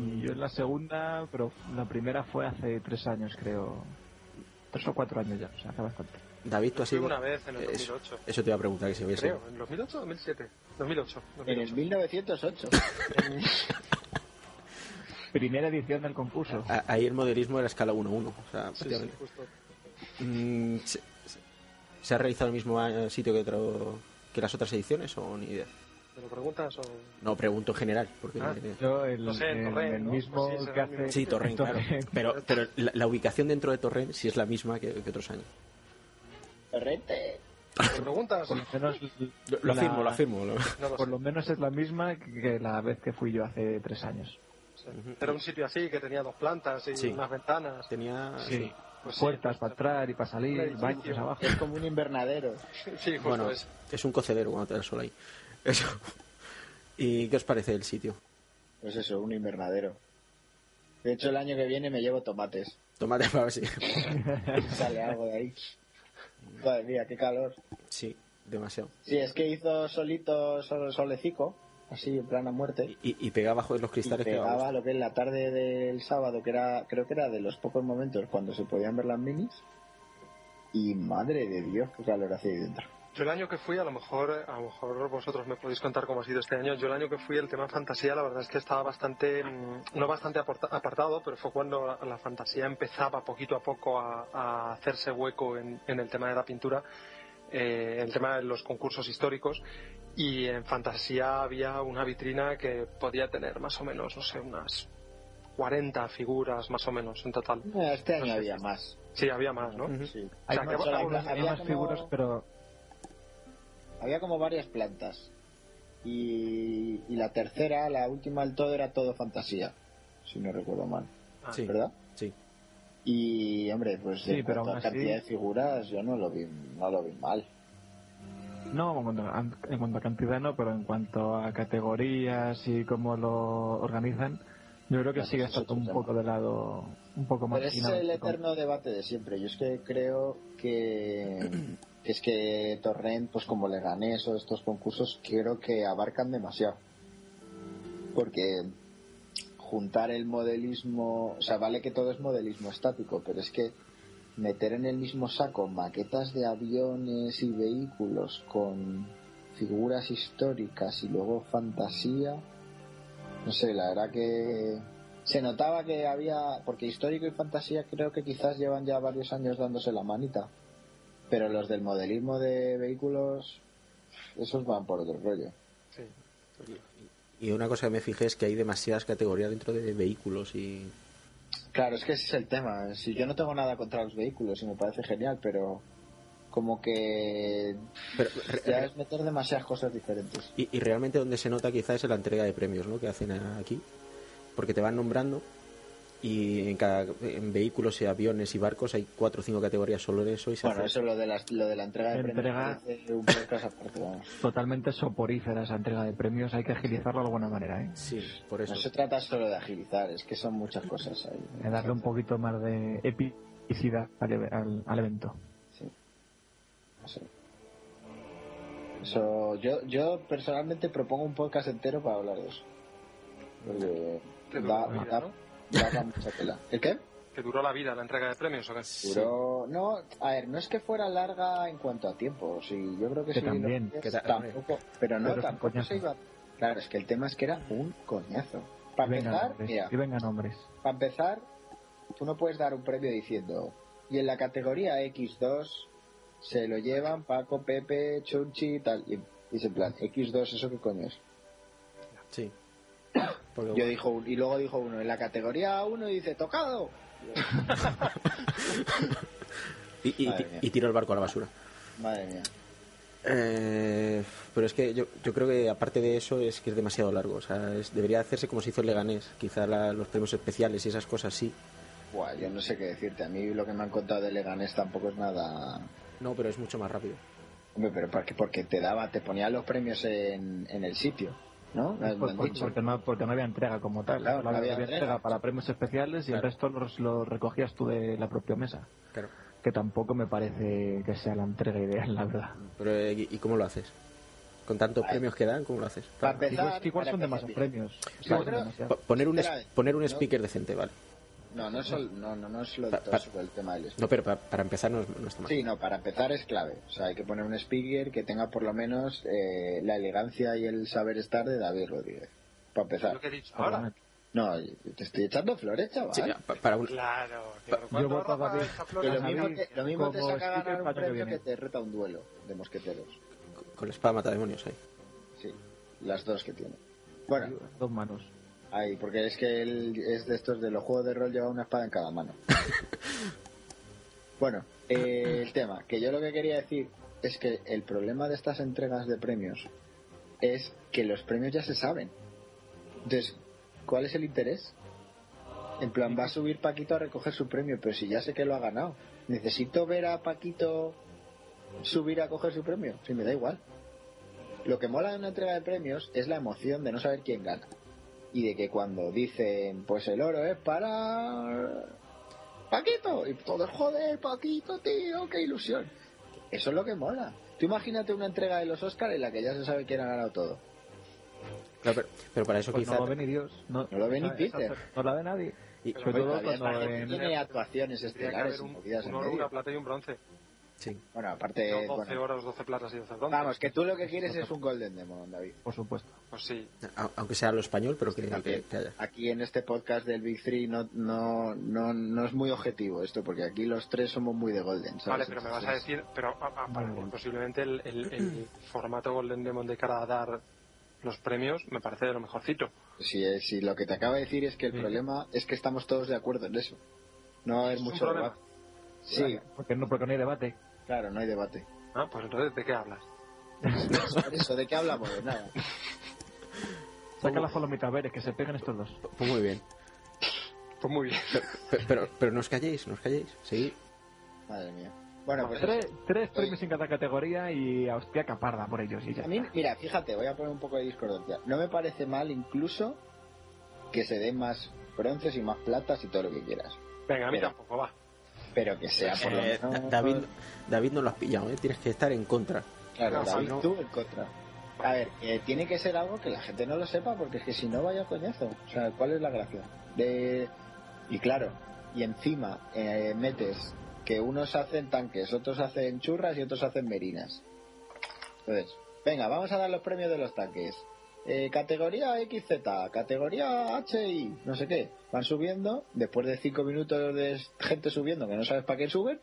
S2: Y yo en la segunda, pero la primera fue hace tres años, creo. Tres o cuatro años ya, o sea, hace bastante.
S1: David, tú
S4: Yo
S1: has ido.
S4: fui una vez en el
S1: Eso-
S4: 2008.
S1: Eso, te iba a preguntar que si habéis
S4: Creo,
S1: ido.
S4: ¿en 2008 o 2007? 2008.
S3: En el
S4: 2008.
S3: 1908.
S2: Primera edición del concurso.
S1: A- Ahí el modelismo era escala 1-1. O sea,
S4: Sí, sí,
S1: prácticamente.
S4: justo.
S1: Mm, ¿se, se- se ha realizado el mismo eh, sitio que, otro, que las otras ediciones o ni idea?
S4: ¿Me
S1: [laughs]
S4: lo preguntas o...?
S1: No, pregunto en general. Porque,
S4: Ah.
S1: eh,
S2: Yo el,
S4: No sé,
S2: el-
S4: Torrent,
S2: el
S4: ¿no?
S2: mismo
S4: Pues sí, será
S2: que
S4: el mismo.
S2: hace...
S1: Sí, Torrent, claro.
S2: Torrent.
S1: Pero, pero la, la ubicación dentro de Torrent sí es la misma que, que otros años.
S3: Torrente.
S4: ¿Me preguntas?
S2: Por lo
S4: [laughs]
S2: menos...
S1: Lo, lo
S2: la-
S1: afirmo, lo afirmo. lo-
S4: No lo
S2: Por
S4: sé.
S2: lo menos es la misma que la vez que fui yo hace tres años.
S4: Sí. Era un sitio así que tenía dos plantas y
S1: Sí.
S4: unas ventanas.
S1: Tenía.
S2: Sí.
S4: Pues sí,
S2: Puertas
S4: pues,
S2: para entrar y para
S4: un
S2: salir,
S4: edificio.
S2: baños abajo.
S3: Es como un invernadero.
S4: [laughs] Sí, justo
S1: Bueno,
S4: eso.
S1: es un cocedero cuando te da el sol ahí. Eso. [laughs] ¿Y qué os parece el sitio?
S3: Pues eso, un invernadero. De hecho, el año que viene me llevo tomates.
S1: Tomate [laughs] para ver si.
S3: Sale algo de ahí. Madre mía, qué calor.
S1: Sí, demasiado.
S3: Sí, es que hizo solito, solo solecico, así en plana muerte.
S1: Y, y pegaba bajo los
S3: Y
S1: cristales que
S3: pegaba lo que es la tarde del sábado, que era, creo que era de los pocos momentos cuando se podían ver las minis. Y madre de Dios, qué calor hacía ahí dentro.
S4: Yo el año que fui, a lo mejor, a lo mejor vosotros me podéis contar cómo ha sido este año. Yo el año que fui, el tema fantasía, la verdad es que estaba bastante, mm, no bastante aporta- apartado, pero fue cuando la, la fantasía empezaba poquito a poco a, a hacerse hueco en, en el tema de la pintura, eh, el tema de los concursos históricos. Y en fantasía había una vitrina que podía tener más o menos, no sé, unas 40 figuras más o menos en total.
S3: Eh, Este año
S4: No sé.
S3: había más.
S4: Sí, había más, ¿no?
S1: Ujú.
S3: Sí.
S2: Hay
S4: O sea,
S2: más,
S4: que-
S2: hay más- hay
S3: había
S2: más
S3: como-
S2: figuras, pero
S3: Había como varias plantas. Y, y la tercera, la última del todo, era todo fantasía. Si no recuerdo mal,
S4: Ah,
S1: Sí.
S3: ¿verdad?
S1: Sí.
S3: Y, hombre, pues
S2: Sí,
S3: en
S2: pero
S3: cuanto a
S2: aún así-
S3: cantidad de figuras, yo no lo vi, no lo vi mal.
S2: No, en cuanto, a, en cuanto a cantidad no, pero en cuanto a categorías y cómo lo organizan, yo creo que
S3: Claro,
S2: sigue
S3: ese es
S2: estando
S3: otro
S2: un
S3: tema.
S2: poco de lado, un poco más.
S3: Pero ese es el eterno debate de siempre. Yo es que creo
S2: [clears throat]
S3: que, que es que Torrent, pues como le gané eso, estos concursos, creo que abarcan demasiado. Porque juntar el modelismo, o sea, vale que todo es modelismo estático, pero es que meter en el mismo saco maquetas de aviones y vehículos con figuras históricas y luego fantasía, no sé, la verdad que se notaba que había, porque histórico y fantasía creo que quizás llevan ya varios años dándose la manita, pero los del modelismo de vehículos, esos van por otro rollo.
S4: sí.
S1: Y una cosa que me fijé es que hay demasiadas categorías dentro de vehículos y.
S3: Claro, es que ese es el tema. Si yo no tengo nada contra los vehículos y me parece genial, pero como que
S1: Pero,
S3: ya es meter demasiadas cosas diferentes.
S1: y, y realmente donde se nota quizá es en la entrega de premios ¿no? que hacen aquí. Porque te van nombrando y en, cada, en vehículos, y aviones y barcos hay cuatro o cinco categorías solo en eso y se
S3: Bueno,
S1: hace-
S3: eso lo de, las, lo de la entrega de
S2: Entrega.
S3: premios parece un podcast aparte, vamos.
S2: Totalmente soporífera esa entrega de premios, hay que agilizarlo de alguna manera, ¿eh?
S1: Sí, por eso.
S3: No se trata solo de agilizar, es que son muchas cosas ahí.
S2: De darle un poquito más de epicidad al, eve- al- al evento.
S3: Sí. No sé. Eso, yo, yo personalmente propongo un podcast entero para hablar de eso. Porque
S4: Te duró
S3: da,
S4: la vida,
S3: da-
S4: ¿no?
S3: da para mucha tela. ¿El qué?
S4: Que duró la vida la entrega de premios, ¿o qué?
S3: Duró- No, a ver, no es que fuera larga en cuanto a tiempo. Sí, yo creo que,
S2: Que
S3: sí,
S2: también,
S3: lo-
S1: que ta-
S3: tampoco. Pero no,
S2: Pero es un
S3: tampoco
S2: coñazo.
S3: se iba. Claro, es que el tema es que era un coñazo. Para
S2: vengan
S3: empezar,
S2: nombres,
S3: mira,
S2: y vengan nombres.
S3: para empezar, tú no puedes dar un premio diciendo, y en la categoría X2 se lo llevan Paco, Pepe, Chunchi y tal. Y dice en plan, X2, ¿eso qué coño es? [coughs]
S1: Sí. Porque,
S3: Yo dijo, un- y luego dijo uno, en la categoría A1 dice, tocado.
S1: y, y-
S3: Madre mía.
S1: y tiro el barco a la basura.
S3: Madre mía.
S1: Eh, pero es que yo, yo creo que aparte de eso es que es demasiado largo. O sea, es- debería hacerse como se hizo el Leganés. Quizá la- los premios especiales y esas cosas sí.
S3: Buah, yo no sé qué decirte. A mí lo que me han contado de Leganés tampoco es nada...
S1: No, pero es mucho más rápido.
S3: Hombre, pero porque, porque te daba, te ponía los premios en, en el sitio, ¿no? Me han- me
S2: Por-
S3: han
S2: por-
S3: dicho.
S2: porque, no, porque no había entrega como tal.
S3: Pues Claro,
S2: solo
S3: no había entrega.
S2: para premios especiales y el
S1: Claro.
S2: resto los- lo recogías tú de la propia mesa.
S1: Claro.
S2: Que tampoco me parece que sea la entrega ideal, la verdad.
S1: Pero, eh, ¿y, y cómo lo haces? Con tantos
S3: Ay.
S1: premios que dan, ¿cómo lo haces?
S3: Para
S1: Claro.
S3: empezar,
S2: Digo, es que igual
S3: para
S2: son
S3: empezar
S2: demasiados
S3: bien.
S2: premios. Es que
S3: Yo
S2: son
S3: creo-
S2: demasiados.
S1: Po- Poner un, es-
S3: Espera, eh.
S1: poner un
S3: No.
S1: speaker decente, vale.
S3: No, no es, el- no, no, no es lo
S1: Pa-
S3: todo
S1: pa-
S3: sobre el tema del
S1: No, pero pa- para, empezar no, es- no está mal.
S3: Sí, no, para empezar es clave. O sea, hay que poner un speaker que tenga por lo menos eh, la elegancia y el saber estar de David Rodríguez. Para
S4: Es Lo
S3: empezar.
S4: que he dicho ahora.
S3: No, te estoy echando flores, chaval.
S1: Sí, pa- para un-
S4: Claro.
S2: Yo voto a David.
S3: Que lo
S2: David,
S3: mismo te, lo mismo te
S2: como
S3: saca
S2: speaker
S3: ganar
S2: para
S3: un
S2: el año
S3: premio
S2: que
S3: que
S2: viene.
S3: te reta un duelo de mosqueteros.
S1: con la espada mata demonios ahí.
S3: Sí, las dos que tiene. Bueno,
S2: Dos manos.
S3: ahí, porque es que él es de estos de los juegos de rol, lleva una espada en cada mano. bueno, eh, el tema, que yo lo que quería decir es que el problema de estas entregas de premios es que los premios ya se saben. Entonces, ¿Cuál es el interés? En plan, va a subir Paquito a recoger su premio, pero si ya sé que lo ha ganado. Necesito ver a Paquito subir a coger su premio. Si me da igual. Lo que mola de una entrega de premios es la emoción de no saber quién gana. Y de que cuando dicen, pues el oro es para. Paquito. Y todo, joder, Paquito, tío, qué ilusión. Eso es lo que mola. Tú imagínate una entrega de los Oscars en la que ya se sabe quién ha ganado todo.
S1: Claro, pero, pero para eso
S2: Pues
S1: quizá...
S2: no lo ve ni Dios. No,
S3: No lo ve ni
S2: esa- esa-
S3: Peter.
S2: No la ve nadie.
S1: Y-
S2: Sobre todo
S3: Oye,
S2: cuando
S3: esta gente
S2: en-
S3: tiene actuaciones
S4: Tendría que haber
S3: estelares y
S4: un,
S3: movidas en
S4: un oro,
S3: medio.
S4: una plata y un bronce.
S1: sí.
S3: Bueno,
S4: No,
S3: aparte,
S4: 12
S3: bueno,
S4: oros, 12 platas y 12 bronces.
S3: vamos, que tú lo que quieres es un Golden Demon, David.
S2: por supuesto.
S4: Pues sí.
S1: A- aunque sea lo español, pero que,
S3: Fíjate,
S1: que- que haya.
S3: Aquí en este podcast del Big Three no, no, no, no es muy objetivo esto, porque aquí los tres somos muy de Golden. ¿sabes?
S4: Vale, pero me vas a
S3: Entonces,
S4: decir, pero a- a- para
S2: Vale.
S4: mí, posiblemente el,
S3: [clears throat]
S4: el- el formato Golden Demon de cara a dar los premios me parece de lo mejorcito.
S3: Si, si lo que te acaba de decir es que el
S2: Sí.
S3: problema es que estamos todos de acuerdo en eso. No es
S4: un
S3: mucho
S4: problema.
S3: debate. Sí,
S2: Porque no, porque no hay debate.
S3: claro, no hay debate.
S4: Ah, pues entonces, ¿de qué hablas?
S3: Por eso, ¿de qué hablamos? De nada.
S2: Saca las palomitas verdes que se pegan estos dos.
S1: Pues muy bien.
S4: Pues muy bien. [laughs]
S1: Pero, pero, pero, pero no os calléis, no os calléis. Sí.
S3: Madre mía. Bueno, pues
S2: Tres, tres
S3: Oye.
S2: premios en cada categoría y a hostia caparda por ellos. Y ya
S3: A mí,
S2: está.
S3: mira, fíjate, voy a poner un poco de discordancia. No me parece mal incluso que se den más bronces y más platas y todo lo que quieras.
S4: Venga, a mí
S3: Mira.
S4: tampoco, va.
S3: Pero que sea por lo
S1: Eh, Da-
S3: menos...
S1: David, David no lo has pillado, ¿eh? tienes que estar en contra.
S3: Claro,
S4: No, sí,
S3: David,
S1: no.
S3: tú en contra. A ver, eh, tiene que ser algo que la gente no lo sepa, porque es que si no, vaya coñazo. O sea, ¿cuál es la gracia? De... Y claro, y encima eh, metes que unos hacen tanques, otros hacen churras y otros hacen merinas. Entonces, venga, vamos a dar los premios de los tanques. Eh, categoría XZ, categoría HI, no sé qué. Van subiendo, después de cinco minutos de gente subiendo, que no sabes para qué suben,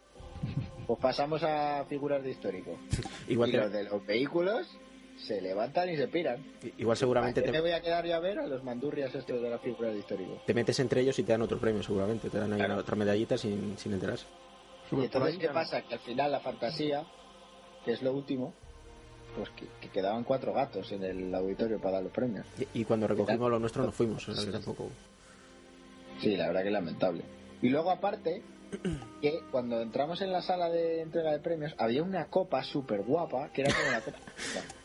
S3: pues pasamos a figuras de histórico.
S1: Igual,
S3: Y los
S1: te-
S3: de los vehículos se levantan y se piran.
S1: igual seguramente
S3: ¿A qué me
S1: te,
S3: voy a quedar yo a ver a los mandurrias estos de la figura del histórico.
S1: te metes entre ellos y te dan otro premio, seguramente. Te dan ahí
S3: Claro.
S1: otra medallita sin, sin enterarse.
S3: Y
S2: Sube por
S3: entonces,
S2: ahí,
S3: ¿qué
S2: ya.
S3: pasa? Que al final la fantasía, que es lo último, pues que, que quedaban cuatro gatos en el auditorio para dar los premios.
S1: Y, y cuando recogimos lo nuestro nos fuimos, o sea que
S3: Sí.
S1: tampoco.
S3: Sí, la verdad que lamentable. Y luego aparte,
S1: [clears throat]
S3: que cuando entramos en la sala de entrega de premios, había una copa súper guapa, que era como la copa...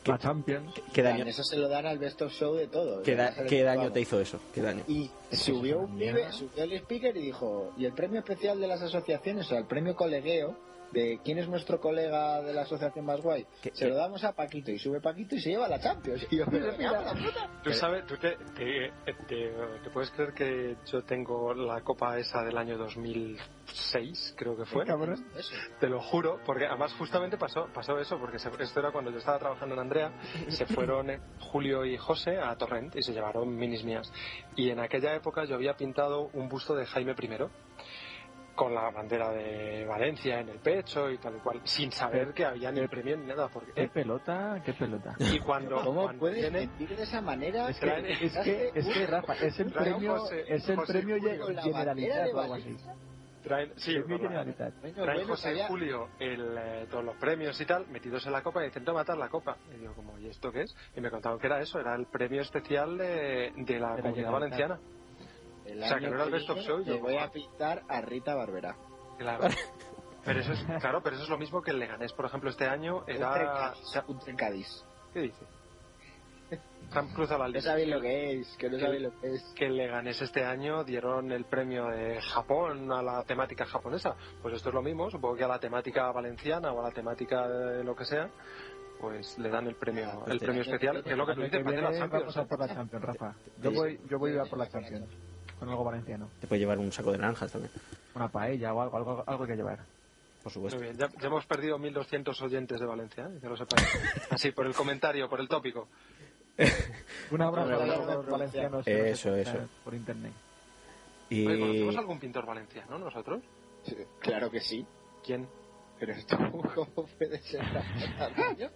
S2: La Champions.
S1: [laughs] ¿Qué daño,
S3: Eso se lo dan al best of show de todo.
S1: qué da-
S3: Ya se les
S1: qué daño
S3: acabamos.
S1: te hizo eso? ¿Qué daño?
S3: Y subió
S2: una
S3: un
S2: mierda.
S3: pibe, subió el speaker y dijo, y el premio especial de las asociaciones, o sea, el premio colegueo, de quién es nuestro colega de la asociación más guay,
S1: ¿Qué-
S3: se
S1: qué?
S3: lo damos a Paquito y sube Paquito y se lleva la Champions. Y yo, pero me cago en la puta.
S4: Tú sabes, tú te, te- eh, te- te puedes creer que yo tengo la copa esa del año 2006, creo que fue.
S2: Cabrón.
S3: Eso.
S4: Te lo juro, porque además justamente pasó, pasó eso, porque se- esto era cuando yo estaba trabajando en Andrea, se fueron eh, Julio y José a Torrent y se llevaron minis mías. Y en aquella época yo había pintado un busto de Jaime I con la bandera de Valencia en el pecho y tal y cual, sin saber que había ni el premio ni nada. Porque,
S2: Qué [laughs]
S4: eh,
S2: pelota, qué pelota.
S4: y cuando,
S3: ¿Cómo
S4: cuando
S3: puedes
S4: viene-
S3: mentir de esa manera?
S4: Es
S2: Es que, es que, es que, Rafa, es el
S4: Trae un
S2: premio,
S4: José-
S2: es el
S4: José
S2: premio
S4: Julio
S2: ye-
S3: con la bandera de
S2: generalizado o algo así.
S3: Valencia.
S4: traen, sí,
S2: Premio
S4: con la-
S2: generalizado.
S3: Coño,
S4: traen
S3: bueno,
S4: José y
S3: sabía-
S4: Julio el, eh, todos los premios y tal, metidos en la copa y intentó matar la copa. Y yo como, ¿y esto qué es? Y me contaron que era eso, era el premio especial de, de la
S2: De la
S4: comunidad
S2: Generalitat.
S4: valenciana.
S3: el
S4: o sea,
S3: año
S4: que no era el
S3: que
S4: Best of
S3: viene
S4: Show, yo
S3: le voy a
S4: como-
S3: pintar a Rita Barberá.
S4: Claro.
S3: [laughs]
S4: Pero eso es, claro, pero eso es lo mismo que el Leganés, por ejemplo, este año
S3: Un
S4: era...
S3: trencadís,
S4: o sea,
S3: un trencadís.
S4: ¿Qué dice? Se han cruzado la
S3: No
S4: línea.
S3: sabéis lo que es, que no
S4: que-
S3: sabéis lo que es.
S4: que el Leganés este año dieron el premio de Japón a la temática japonesa. Pues esto es lo mismo, supongo que a la temática valenciana o a la temática de lo que sea, pues le dan el premio,
S3: Ah,
S4: el
S1: sí.
S4: premio especial, que es lo que tú
S2: Año que
S4: dices, para hacer la
S2: viene
S4: Champions.
S2: vamos a por la Champions, Rafa. Yo
S1: Sí.
S2: voy, yo voy a por la Champions. Con algo valenciano.
S1: Te puede llevar un saco de naranjas también,
S2: Una paella o algo, algo, algo hay que llevar.
S1: por
S4: Muy
S1: supuesto.
S4: bien, ya, ya hemos perdido 1.200 oyentes de Valencia, ¿eh? que lo sepáis. Así, por el comentario, por el tópico.
S2: Un abrazo
S3: Pero
S2: a
S3: bueno,
S2: los valencianos. que nos
S1: Eso,
S2: escuchan
S1: eso.
S2: Por internet.
S1: Y
S4: Oye, ¿conocemos algún pintor valenciano nosotros?
S3: Claro que sí. [laughs]
S4: ¿Quién?
S3: Pero esto, ¿cómo puede ser tan pequeño?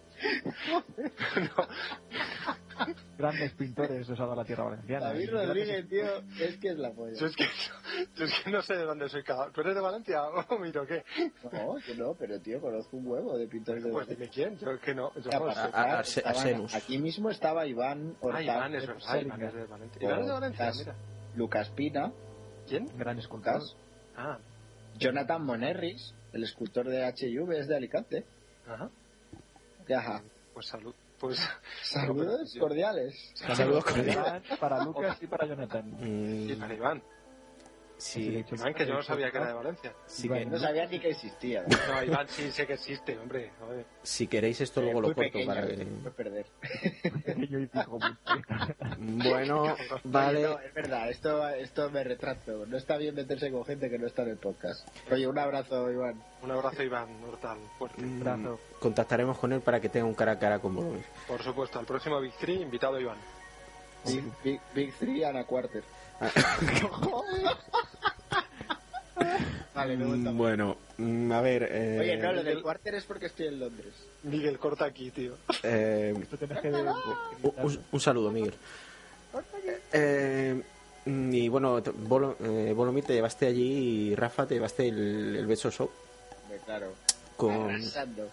S2: Grandes pintores nos ha dado la tierra valenciana.
S3: David
S2: Y-
S3: Rodríguez, tío, es que es la polla.
S4: Yo es, que, yo es que no sé de dónde soy cada... ¿Tú eres de Valencia [laughs] o miro qué?
S3: No, yo no, pero tío, conozco un huevo de pintores de
S4: Pues
S3: Valencia.
S4: dime quién, yo es que no. Yo
S3: Ya,
S4: no
S3: para
S4: sé.
S1: a-
S3: empezar,
S1: a- a-
S3: estaban-
S1: Senus.
S3: aquí mismo estaba Iván Hortal,
S4: Ah, Iván, es verdad, Iván es de Valencia. Iván es de Valencia,
S3: Lucas,
S4: mira.
S3: Lucas Pina,
S4: ¿Quién?
S2: Gran escultor.
S3: Lucas,
S4: Ah,
S3: Jonathan Monerris, el escultor de HV, es de Alicante.
S4: ajá.
S3: Ajá.
S4: Pues salud. Pues
S3: Saludos cordiales.
S1: Saludos cordiales.
S2: Iván, Para Lucas y para Jonathan.
S1: Mm,
S4: [laughs] sí, para Iván.
S1: sí,
S4: Iván, que yo no sabía que era de Valencia.
S1: sí que-
S3: No sabía ni que existía.
S4: No, Iván sí sé que existe, hombre. A ver.
S1: si queréis esto luego
S3: Eh,
S1: lo
S3: muy
S1: corto
S3: pequeño,
S1: para
S3: que
S1: que...
S3: se [laughs] puede perder.
S2: Pequeño y pues, fijo.
S1: Bueno,
S3: Oye,
S1: vale.
S3: no, es verdad, esto, esto me retracto. No está bien meterse con gente que no está en el podcast. Oye, un abrazo, Iván.
S4: Un abrazo, Iván Hortal, fuerte.
S1: Mm,
S2: Brazo.
S1: Contactaremos con él para que tenga un cara a cara con Borbón.
S4: Por supuesto, al próximo Big Three, invitado Iván.
S3: Big, Big, Big Three, Ana Quarter.
S1: Ah.
S3: [laughs]
S1: [laughs]
S3: vale, me he vuelto a-
S1: Bueno, mm, a ver. eh,
S3: Oye, no, lo del Quarter es porque estoy en Londres.
S4: Miguel, corta aquí, tío.
S1: eh,
S2: Tú tienes que de-
S1: un- un, un saludo, Miguel. Eh, mm, y bueno, t- Bolo- eh, Bolomir, te llevaste allí y Rafa te llevaste el, el Beso Shop
S3: Hombre, claro.
S1: con.
S3: Arrasando.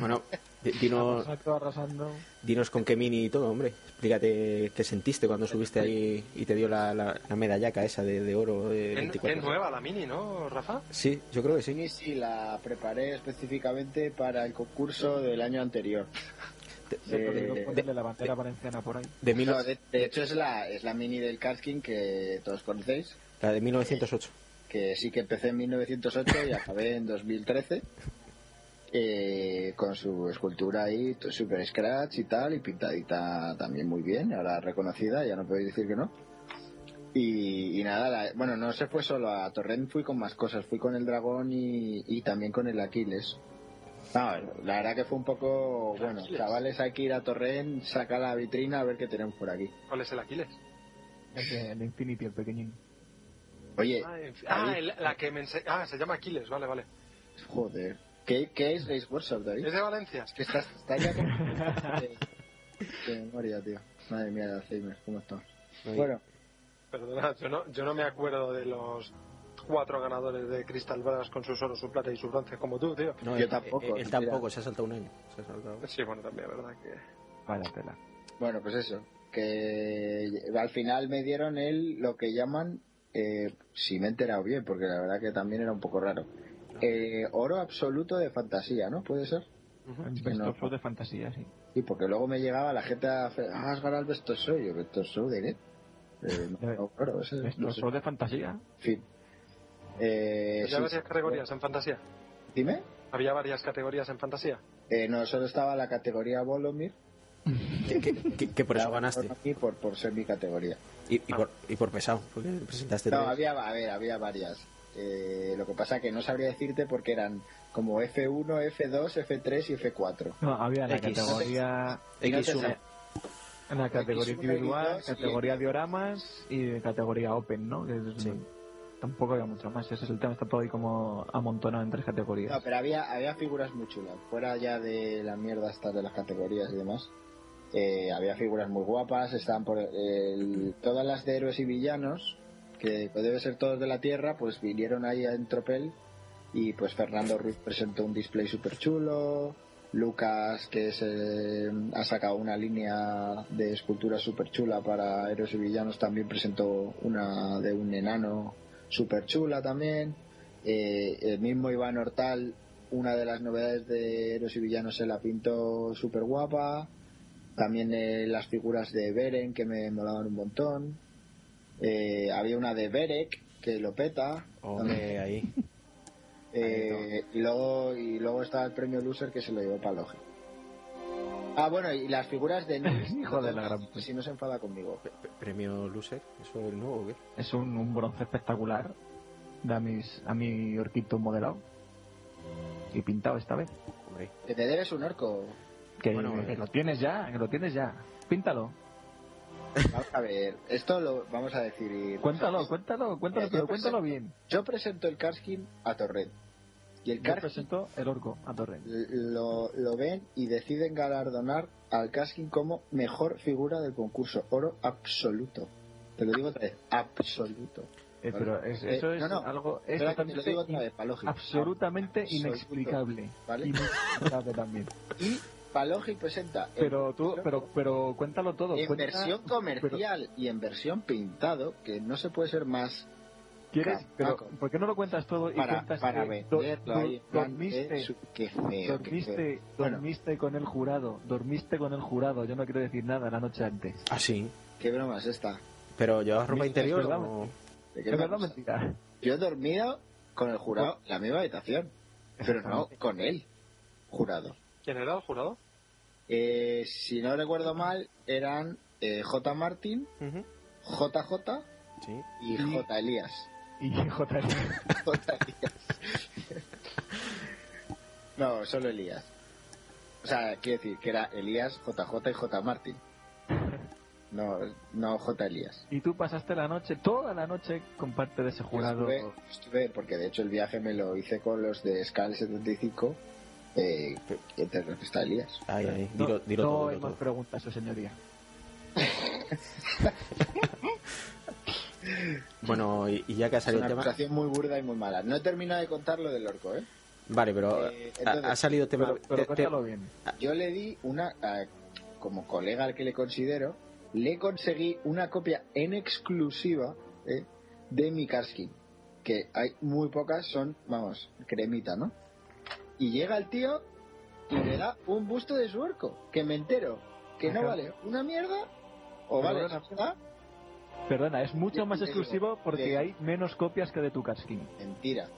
S1: Bueno, di- dinos,
S2: Arrasando, pues, arrasando.
S1: dinos con qué mini y todo, hombre. Explícate qué sentiste cuando subiste ahí y te dio la, la, la medallaca esa de, de oro de
S4: Es
S1: 24.
S4: es nueva la mini, ¿no, Rafa?
S1: Sí, yo creo que sí.
S3: Sí, sí, la preparé específicamente para el concurso del año anterior.
S2: Sí, porque
S3: Eh,
S2: no ponerle pues, la bandera valenciana por ahí.
S1: De, mil-
S3: No, de, de hecho, es la, es la mini del Kaskin que todos conocéis.
S1: la de 1908.
S3: que sí que empecé en 1908 y acabé en 2013 eh, con su escultura ahí, t- super scratch y tal, y pintadita también muy bien, ahora reconocida, ya no podéis decir que no. Y, y nada, la- bueno, no se fue solo a Torrent, fui con más cosas, fui con el dragón y, y también con el Aquiles. No, la verdad que fue un poco, bueno,
S4: Aquiles.
S3: chavales, hay que ir a Torrent, saca la vitrina a ver qué tenemos por aquí.
S4: ¿Cuál es el Aquiles?
S2: Es de- el Infinity, el pequeñín.
S3: Oye,
S4: Ah, en fin. Ah, el- la que me ense- Ah, se llama Aquiles, vale, vale.
S3: joder, ¿qué, qué es Race Workshop, David?
S4: ¿Es de Valencia?
S3: Es que estás, estás ya con... de, de memoria, tío. Madre mía, de Alzheimer, ¿cómo estamos? Bueno,
S4: Perdona, yo no, yo no me acuerdo de los cuatro ganadores de Crystal Brass con sus oro, su plata y su bronce como tú, tío.
S1: No,
S3: Yo
S1: él-
S3: tampoco,
S1: Él, él
S3: mira.
S1: tampoco, se ha saltado un año. Se ha saltado.
S4: Sí, bueno, también, la verdad que...
S2: Vaya tela.
S3: bueno, pues eso. Que al final me dieron el, lo que llaman, eh, si me he enterado bien, porque la verdad que también era un poco raro. Eh, oro absoluto de fantasía, ¿no? ¿Puede ser?
S2: Un
S3: que no.
S2: best of de fantasía, sí.
S3: Sí, porque luego me llegaba la gente a... hacer, Ah, has ganado el Best of Show. Yo, ¿Best of Show de qué? Eh, no, no, claro, ese-
S2: Best
S3: no
S2: of
S3: sé.
S2: show de fantasía.
S3: En fin. Eh,
S4: Había
S3: sí.
S4: varias categorías en fantasía.
S3: Dime.
S4: Había varias categorías en fantasía.
S3: Eh, no, solo estaba la categoría Volomir.
S1: Que, que- que- que por eso
S3: Claro,
S1: ganaste.
S3: por- y por, por ser mi categoría.
S1: Y, y por, y por pesado, porque presentaste
S3: No,
S1: tres.
S3: había, a ver, había varias. Eh, lo que pasa que no sabría decirte porque eran como F1, F2, F3 y F4.
S2: No, había la
S1: X.
S2: categoría.
S1: X1.
S2: En la categoría
S3: X1,
S2: individual,
S3: X2,
S2: categoría dioramas y categoría open, ¿no? Que es-
S1: Sí.
S2: Tampoco había mucho más. Ese es el tema, está todo ahí como amontonado en tres
S3: No,
S2: categorías.
S3: pero había, había figuras muy chulas. Fuera ya de la mierda estas de las categorías y demás. eh, había figuras muy guapas. Estaban por el- todas las de héroes y villanos, que debe ser todos de la Tierra, pues vinieron ahí en tropel. Y pues Fernando Ruiz presentó un display súper chulo. Lucas, que es, eh, ha sacado una línea de escultura súper chula para héroes y villanos, también presentó una de un enano súper chula también. Eh, el mismo Iván Hortal, una de las novedades de Héroes y Villanos, se la pintó súper guapa. También eh, las figuras de Beren, que me molaban un montón. Eh, había una de Berek, que lo peta.
S1: Oh,
S2: Oh,
S1: Hombre, ahí.
S3: Eh, y luego y luego está el premio Loser, que se lo llevó para Logi. Ah, bueno, y las figuras de
S2: [laughs]
S3: Nils.
S2: Hijo de la gran-
S3: Si no se enfada conmigo.
S1: P- Premio Loser, ¿eso es nuevo o qué?
S2: Es un, un bronce espectacular de a, mis, a mi orquito modelado y pintado esta vez.
S1: Hombre.
S3: Que te debes un orco.
S2: Que,
S1: Bueno,
S2: que
S1: eh.
S2: lo tienes ya, que lo tienes ya. Píntalo.
S3: Vamos a ver, esto lo vamos a decir.
S2: [laughs]
S3: [laughs]
S2: Cuéntalo, cuéntalo, cuéntalo,
S3: Eh,
S2: pero
S3: yo pensé-
S2: cuéntalo bien.
S3: Yo presento el Karskin a Torrent. Y el
S2: Yo
S3: Karkin
S2: presento el orco a Torrent.
S3: lo, lo ven y deciden galardonar al Karkin como mejor figura del concurso. Oro absoluto. Te lo digo otra vez, absoluto.
S2: Eh, pero es-
S3: Eh,
S2: eso es
S3: no, no,
S2: algo es
S3: espera que te lo
S2: totalmente
S3: digo otra vez, para lógico.
S2: absolutamente
S3: Absoluto,
S2: inexplicable.
S3: ¿vale?
S2: Inexplicable
S3: [laughs]
S2: también.
S3: Y Palogi presenta. el
S2: Pero tú, pero, pero cuéntalo todo.
S3: en
S2: cuenta-
S3: versión comercial y en versión pintado, que no se puede ser más
S2: ¿Quieres? Pero,
S3: Paco.
S2: ¿Por qué no lo cuentas todo y
S3: ah, para,
S2: cuentas
S3: para
S2: que do-
S3: venderlo
S2: do-
S3: ahí. en plan,
S2: dormiste,
S3: eh, su- qué feo, qué feo.
S2: dormiste,
S3: Bueno.
S2: dormiste con el jurado, dormiste con el jurado. Yo no quiero decir nada la noche antes.
S1: Ah, sí.
S3: Qué broma es esta.
S1: Pero llevas ropa
S2: Es
S1: interior
S2: verdad,
S1: o...
S3: ¿De qué
S2: Es verdad, o
S3: broma?
S2: mentira. [laughs]
S3: Yo he dormido con el jurado en la misma habitación, pero no con él, jurado.
S4: ¿Quién era el jurado?
S3: Eh, si no recuerdo mal, eran eh, J. Martin,
S1: Ujú,
S3: JJ
S1: Sí.
S3: y
S2: Y-
S3: J. Elías. [laughs]
S2: Y J.
S3: J. Elías. no, solo Elías. O sea, quiero decir que era Elías, JJ y J. Martin. No, no J. Elías.
S2: Y tú pasaste la noche, toda la noche, con parte de ese jurado.
S3: Estuve, estuve, porque de hecho el viaje me lo hice con los de Scal 75, eh, entre los que está Elías.
S1: Ahí, ahí. Dilo,
S2: no
S1: dilo
S2: no
S1: todo,
S2: hay
S1: dilo
S2: más
S1: todo.
S2: preguntas, su señoría.
S1: Bueno, y, y ya que ha
S3: Es
S1: salido
S3: una
S1: el tema...
S3: acusación muy burda y muy mala. No he terminado de contar lo del orco, ¿eh?
S1: Vale, pero
S3: Eh,
S1: ha-
S3: entonces,
S1: ha salido tema...
S2: Pero, pero
S1: te- te-
S2: cuéntalo bien.
S3: Yo le di una, a- como colega al que le considero, le conseguí una copia en exclusiva ¿eh? de mi Karskin, que hay muy pocas, son, vamos, cremita, ¿no? Y llega el tío y le da un busto de su orco, que me entero, que no
S2: Ajá.
S3: vale una mierda, o
S2: Pero
S3: vale
S2: bueno,
S3: una mierda,
S2: Perdona, es mucho
S3: Yo
S2: más
S3: te digo,
S2: exclusivo porque
S3: eh,
S2: hay menos copias que de tu Karskin.
S3: mentira.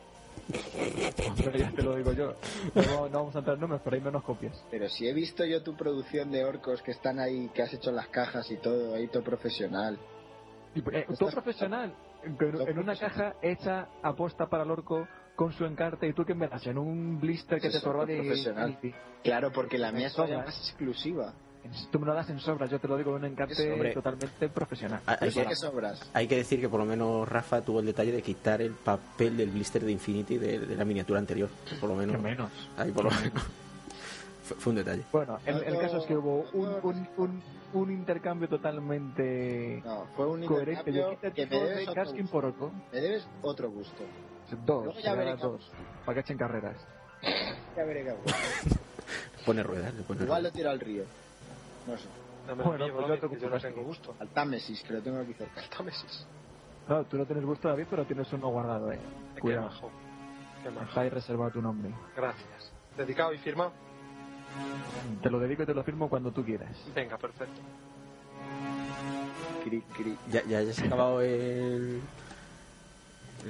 S2: Pero ya [laughs] te lo digo yo. No, no vamos a entrar en números, pero hay menos copias.
S3: Pero si he visto yo tu producción de orcos que están ahí, que has hecho las cajas y todo, ahí todo profesional.
S2: Y,
S3: pues,
S2: eh, todo profesional, en, en una caja hecha aposta para el orco con su encarte y tú que me das en un blister que
S3: Eso
S2: te
S3: es todo
S2: sobró de...
S3: profesional. Claro, porque la mía es
S2: Sobra,
S3: todavía
S2: ¿eh?
S3: más exclusiva.
S2: Tú me lo das en sobras, yo te lo digo en un encarte
S1: Hombre.
S2: totalmente profesional.
S1: Ah,
S3: ¿Por
S1: Ahí
S3: qué
S1: va.
S3: Pues que sobras?
S1: Hay que decir que por lo menos Rafa tuvo el detalle de quitar el papel del blister de Infinity de, de la miniatura anterior. Por lo
S2: Que
S1: menos.
S2: menos.
S1: Ahí por lo menos. [laughs] Fue, fue un detalle.
S2: Bueno, el, el
S3: No,
S2: caso es que hubo un,
S3: no.
S2: un, un, un intercambio totalmente
S3: No, fue un
S2: coherente. Yo
S3: intercambio
S2: quité
S3: que me
S2: todo de
S3: debes, otro,
S2: Kaskin por otro.
S3: me debes otro gusto.
S2: Dos,
S3: Luego ya
S2: me da
S3: veremos.
S2: dos. Para que echen carreras.
S3: Ya veré qué hago.
S1: Pone ruedas, le pone
S3: Igual
S1: ruedas.
S3: lo tiro al río. No sé,
S4: No me
S2: Bueno,
S4: lo
S2: pues
S4: digo,
S2: ya te
S4: que yo no
S2: ocupas
S4: tengo
S2: tú.
S4: gusto.
S3: al Támesis, que lo tengo aquí cerca.
S4: Támesis.
S2: Claro, tú no tienes gusto, David, pero tienes uno guardado, eh.
S4: Qué
S2: Cuidado.
S4: majo. Qué majo.
S2: Está ahí reservado tu nombre.
S4: Gracias. ¿Dedicado y firma?
S2: Te lo dedico y te lo firmo cuando tú quieras.
S4: Venga, perfecto.
S3: Cri, cri.
S1: Ya, ya, ya se ha acabado el.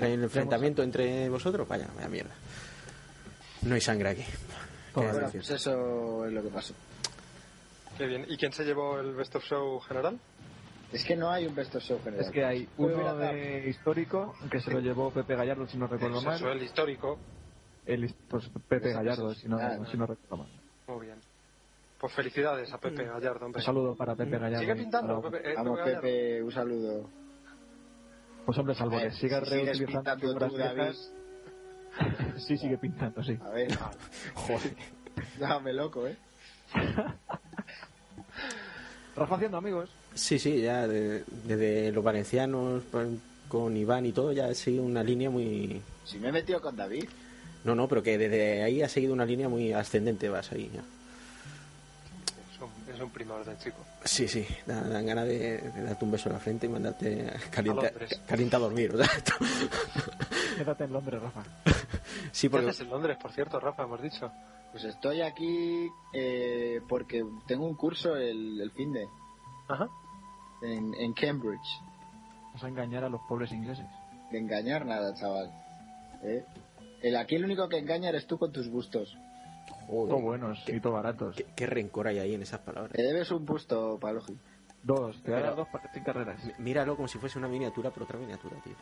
S1: El enfrentamiento entre vosotros. Vaya, vaya mierda. No hay sangre aquí. Qué
S2: Todo bien.
S3: Bueno,
S1: gracioso.
S3: pues eso es lo que pasó.
S4: Qué bien. ¿Y quién se llevó el Best of Show general?
S3: Es que no hay un best of show general.
S2: Es que hay
S3: Pero
S2: uno
S3: verdad,
S2: de histórico que se lo llevó Pepe Gallardo, si no recuerdo
S4: Eso,
S2: mal.
S4: el histórico.
S2: El, pues, Pepe
S3: Eso,
S2: Gallardo,
S3: eso,
S2: si no,
S3: nada.
S2: si no recuerdo mal.
S4: Muy bien. Pues felicidades a Pepe Gallardo,
S2: Un
S4: hombre.
S2: saludo para Pepe Gallardo.
S4: Sigue
S2: y
S4: pintando,
S2: para-
S4: Pepe. eh,
S3: Vamos,
S4: Pepe Gallardo.
S3: Pepe, un saludo.
S2: Pues hombre, salvo que
S3: Eh,
S2: siga
S3: si sigues
S2: reutilizando
S3: pintando
S2: figuras
S3: tú, David,
S2: viejas. Sí, sigue pintando, sí.
S3: A ver,
S2: [laughs]
S1: Joder.
S3: déjame loco, ¿eh?
S2: Rafa haciendo amigos.
S1: Sí, sí, ya de- desde los valencianos pan- con Iván y todo, ya ha sido una línea muy.
S3: Si me he metido con David,
S1: No, no, pero que desde ahí ha seguido una línea muy ascendente, vas ahí. ya.
S4: Es un, es un primor de chico.
S1: Sí, sí, da- dan, ganas de, de darte un beso en la frente y mandarte caliente,
S4: A Londres.
S1: caliente a dormir. o sea, esto-
S2: Quédate en Londres, Rafa.
S1: [laughs] sí,
S4: ¿Qué
S1: porque
S4: haces Este en Londres, por cierto, Rafa? Hemos dicho.
S3: pues estoy aquí eh, porque tengo un curso el, el fin de
S4: Ajá.
S3: en, en Cambridge.
S2: Vas a engañar a los pobres ingleses.
S3: De engañar nada, chaval. ¿Eh? El, aquí el único que engaña eres tú con tus bustos.
S1: Joder,
S2: Todo buenos y todo baratos.
S1: qué, qué rencor hay ahí en esas palabras.
S3: Te debes un busto, Palogi.
S2: Dos, te
S1: Pero-
S2: darás dos para sin carreras.
S1: M- Míralo como si fuese una miniatura, pero otra miniatura, tío.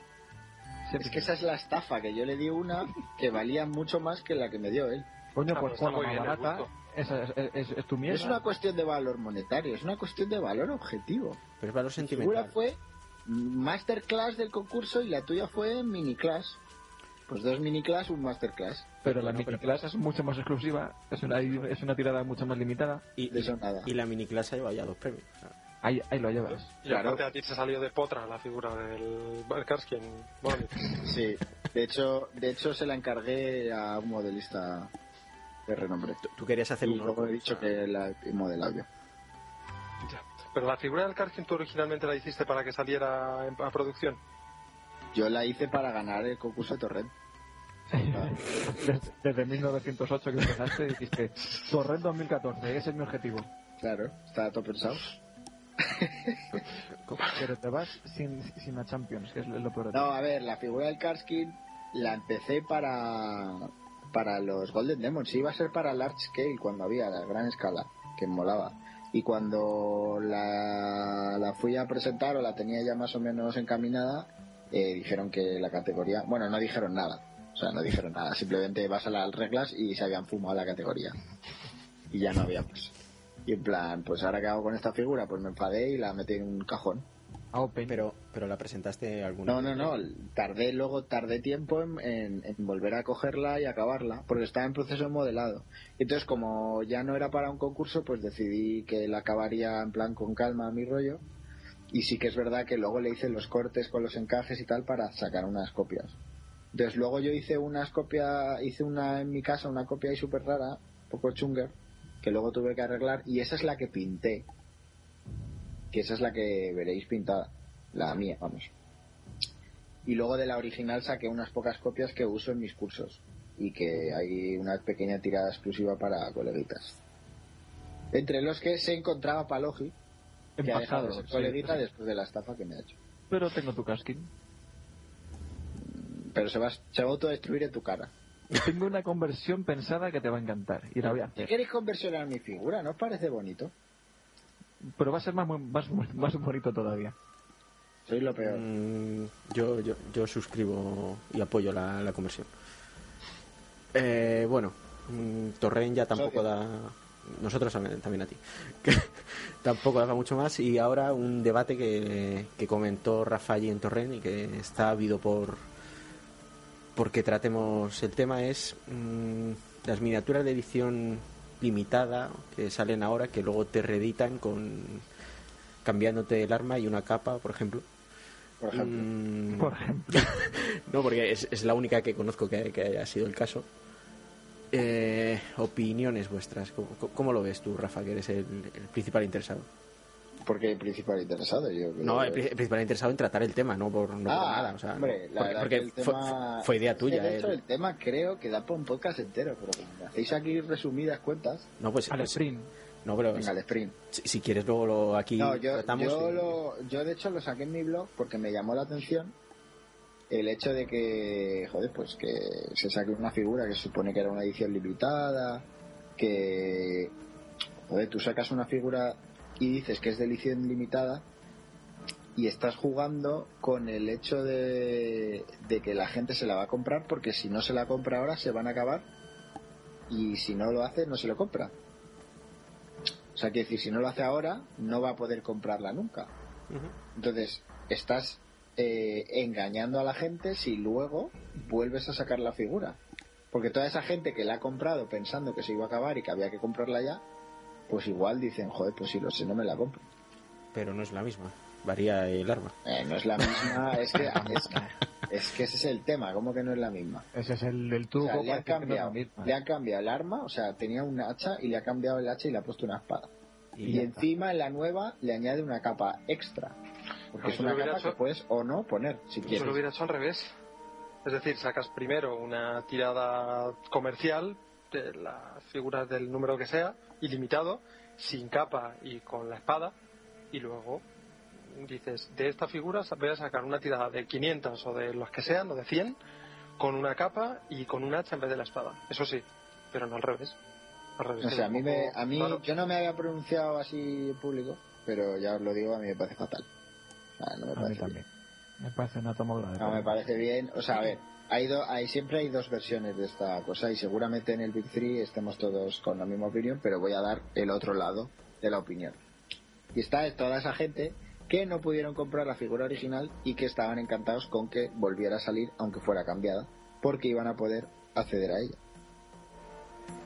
S2: Siempre.
S3: Es que esa es la estafa, que yo le di una que valía mucho más que la que me dio él.
S2: Coño,
S4: Ah,
S2: pues
S4: pues está
S2: por la
S4: muy
S2: más
S4: bien el
S2: barata.
S4: gusto.
S2: Esa es, es- es tu
S3: No
S2: mierda.
S3: es una cuestión de valor monetario, es una cuestión de valor objetivo.
S1: Pero es valor
S3: Mi figura
S1: sentimental.
S3: fue masterclass del concurso y la tuya fue miniclass. Pues dos miniclass, un masterclass.
S2: Pero la miniclass es mucho más exclusiva, es una, es una tirada mucho más limitada.
S1: Y,
S3: De eso nada.
S1: y la miniclase ha llevado ya dos premios. o sea,
S2: Ahí, ahí lo llevas.
S4: Y
S3: Claro.
S4: aparte a ti se salió de potra la figura del Karsky en Bonnie.
S3: Sí. De hecho, de hecho se la encargué a un modelista de renombre.
S1: tú- Tú querías hacer
S3: Y
S1: un
S3: luego he dicho que la he modelado yo.
S4: Ya. [laughs] Pero la figura del Karsky tú originalmente la hiciste para que saliera en- a producción.
S3: Yo la hice para ganar el concurso de Torrent. Pues,
S2: Desde, desde 1908 que empezaste, dijiste, Torrent 2014, ese es mi objetivo.
S3: Claro, estaba todo pensado.
S2: Pero te vas sin, sin la Champions, que es lo peor de
S3: No,
S2: todo.
S3: a ver, la figura del Karskin la empecé para para los Golden Demons. Iba a ser para Large Scale cuando había la gran escala, que molaba. Y cuando la, la fui a presentar o la tenía ya más o menos encaminada, eh, dijeron que la categoría. Bueno, no dijeron nada. O sea, no dijeron nada. Simplemente vas a las reglas y se habían fumado la categoría. Y ya no había más. Y en plan, pues ahora qué hago con esta figura, pues me enfadé y la metí en un cajón.
S2: A Open.
S1: Pero, pero la presentaste alguna.
S3: No, no, no. Tardé luego, tardé tiempo en, en- en volver a cogerla y acabarla, porque estaba en proceso de modelado. Entonces, como ya no era para un concurso, pues decidí que la acabaría en plan con calma a mi rollo. Y sí que es verdad que luego le hice los cortes con los encajes y tal para sacar unas copias. Entonces luego yo hice unas copias, hice una en mi casa, una copia ahí súper rara, un poco chunga, que luego tuve que arreglar y esa es la que pinté. Que esa es la que veréis pintada, la mía, vamos. Y luego de la original saqué unas pocas copias que uso en mis cursos y que hay una pequeña tirada exclusiva para coleguitas. Entre los que se encontraba Palogi, que ha dejado de
S2: Empacado.
S3: ser
S2: sí.
S3: coleguita después de la estafa que me ha hecho.
S2: Pero tengo tu casking.
S3: Pero se va, se va a autodestruir en tu cara.
S2: Tengo una conversión pensada que te va a encantar y la voy a
S3: ¿Qué
S2: hacer.
S3: queréis conversionar mi figura? ¿No os parece bonito?
S2: Pero va a ser más, mu- más, mu- más bonito todavía.
S3: Soy lo peor.
S1: Mm, yo, yo, yo suscribo y apoyo la, la conversión. Eh, bueno, mm, Torren ya tampoco
S3: Socio.
S1: da. Nosotros también, también a ti. [laughs] Que tampoco daba mucho más. Y ahora un debate que, que comentó Rafael en Torren y que está habido por. porque tratemos el tema es mm, las miniaturas de edición limitada que salen ahora que luego te reeditan con cambiándote el arma y una capa por ejemplo
S3: Por ejemplo,
S1: Mm,
S2: Por ejemplo.
S1: no, porque es, es la única que conozco que, que haya sido el caso. Eh, opiniones vuestras. ¿Cómo, cómo lo ves tú, Rafa, que eres el, el principal interesado?
S3: porque el principal interesado. Yo creo
S1: No,
S3: que-
S1: el, pri- el principal interesado en tratar el tema, no por, no por
S3: Ah,
S1: nada. O sea, no.
S3: hombre, la
S1: porque
S3: verdad
S1: porque
S3: que el
S1: fue,
S3: tema-
S1: fue idea tuya. eh.
S3: De hecho,
S1: el-
S3: el tema creo que da para un podcast entero, pero como me hacéis aquí resumidas cuentas,
S1: No, pues,
S2: Al
S1: pues,
S2: sprint.
S1: no, pero
S3: venga, al sprint.
S1: si, si quieres luego lo, aquí
S3: No, yo,
S1: tratamos.
S3: yo,
S1: y-
S3: lo- yo de hecho lo saqué en mi blog porque me llamó la atención el hecho de que, joder, pues que se saque una figura que se supone que era una edición limitada, que, joder, tú sacas una figura y dices que es de edición limitada y estás jugando con el hecho de, de que la gente se la va a comprar porque si no se la compra ahora se van a acabar y si no lo hace no se lo compra. O sea, que decir, si no lo hace ahora, no va a poder comprarla nunca.
S1: Ujú.
S3: Entonces, estás eh, engañando a la gente si luego vuelves a sacar la figura. Porque toda esa gente que la ha comprado pensando que se iba a acabar y que había que comprarla ya, pues igual dicen, joder, pues si lo sé, no me la compro.
S1: Pero no es la misma. Varía el arma.
S3: Eh, no es la misma, es que, es, es que ese es el tema, ¿cómo que no es la misma?
S2: Ese es el, el
S3: O
S2: truco.
S3: sea, le
S2: para
S3: han
S2: decir que no es la
S3: cambiado,
S2: misma.
S3: le han cambiado el arma, o sea, tenía un hacha y le ha cambiado el hacha y le ha puesto una espada.
S1: Y
S3: Y,
S1: ya está.
S3: encima en la nueva le añade una capa extra. Porque es
S4: No, Ah, yo lo
S3: una
S4: hubiera
S3: capa
S4: hecho-
S3: que puedes o no poner, si
S4: Yo lo
S3: quieres.
S4: hubiera hecho al revés. Es decir, sacas primero una tirada comercial de las figuras del número que sea, ilimitado, sin capa y con la espada, y luego dices, de esta figura sa- voy a sacar una tirada de 500 o de los que sean, o de 100, con una capa y con un hacha en vez de la espada. Eso sí, pero no al revés. Al revés
S3: O
S4: es
S3: sea, a
S4: un
S3: mí, me,
S4: poco
S3: a mí
S4: raro.
S3: yo no me había pronunciado así en público, pero ya os lo digo, a mí me parece fatal. O sea, no me
S2: A mí
S3: parece bien.
S2: también. Me parece una tomadura de
S3: No Ah, me
S2: pelo.
S3: parece bien. O sea, a ver, hay do- hay, siempre hay dos versiones de esta cosa y seguramente en el Big Three estemos todos con la misma opinión, pero voy a dar el otro lado de la opinión. Y está toda esa gente que no pudieron comprar la figura original y que estaban encantados con que volviera a salir, aunque fuera cambiada, porque iban a poder acceder a ella.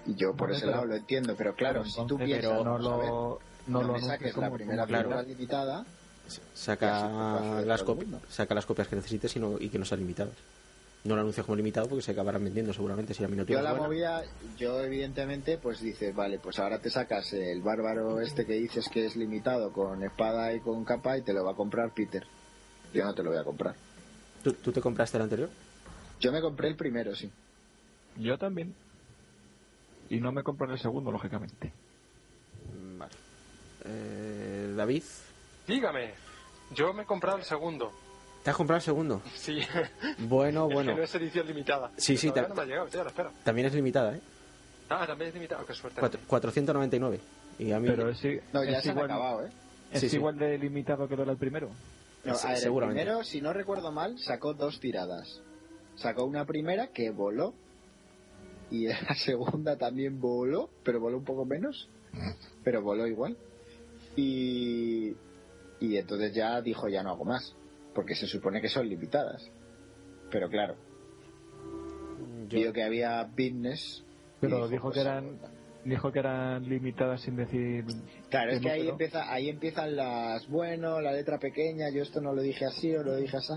S3: Y yo por
S2: Vale,
S3: ese
S2: pero-
S3: lado lo entiendo, pero claro, si tú
S2: Entonces,
S3: piensas,
S2: no
S3: vamos a ver,
S2: lo, no lo
S3: me
S2: anuncies
S3: saques la
S2: como-
S3: primera
S2: como-
S3: figura limitada, Ya, sí, pues,
S1: Saca
S3: hace
S1: las,
S3: todo el
S1: copi-
S3: mundo.
S1: saca las copias que necesites y, no- y que no sean limitadas. No lo anuncies como limitado porque se acabarán vendiendo seguramente si la minoría
S3: Yo
S1: es
S3: la
S1: buena.
S3: movida, yo evidentemente, pues dices, vale, pues ahora te sacas el bárbaro este que dices que es limitado con espada y con capa y te lo va a comprar Peter. Yo no te lo voy a comprar.
S1: ¿Tú, tú te compraste el anterior?
S3: Yo me compré el primero, sí.
S2: Yo también. Y no me compro en el segundo, lógicamente.
S3: Mm,
S1: Vale. Eh, David,
S4: Dígame, yo me he comprado el segundo.
S1: ¿te has comprado el segundo?
S3: [laughs]
S4: Sí,
S3: Ah,
S1: Bueno,
S4: [laughs] es
S1: bueno.
S4: que no es edición limitada.
S1: Sí, sí, ta-
S4: Todavía no me ha llegado, estoy a la espera.
S1: También es limitada, ¿eh?
S4: Ah, también es limitada, qué suerte.
S1: Cuatro- 499. Y a mí...
S2: Pero es, i-
S3: No, ya
S2: es
S3: se
S2: igual,
S3: han acabado, ¿eh?
S2: es
S1: Sí, sí.
S2: igual de limitado que lo del primero.
S3: No,
S1: Se-
S3: a ver, el
S1: seguramente.
S3: primero, si no recuerdo mal, sacó dos tiradas. Sacó una primera que voló y [laughs] la segunda también voló, pero voló un poco menos, pero voló igual. Y, y entonces ya dijo, ya no hago más, porque se supone que son limitadas. Pero claro,
S1: yo-
S3: vio que había business. y
S2: Pero dijo
S3: pues,
S2: que eran dijo que eran limitadas sin decir
S3: Claro, es
S2: que
S3: que
S2: no,
S3: ahí,
S2: pero-
S3: empieza, ahí empiezan las, bueno, la letra pequeña, yo esto no lo dije así o lo dije así.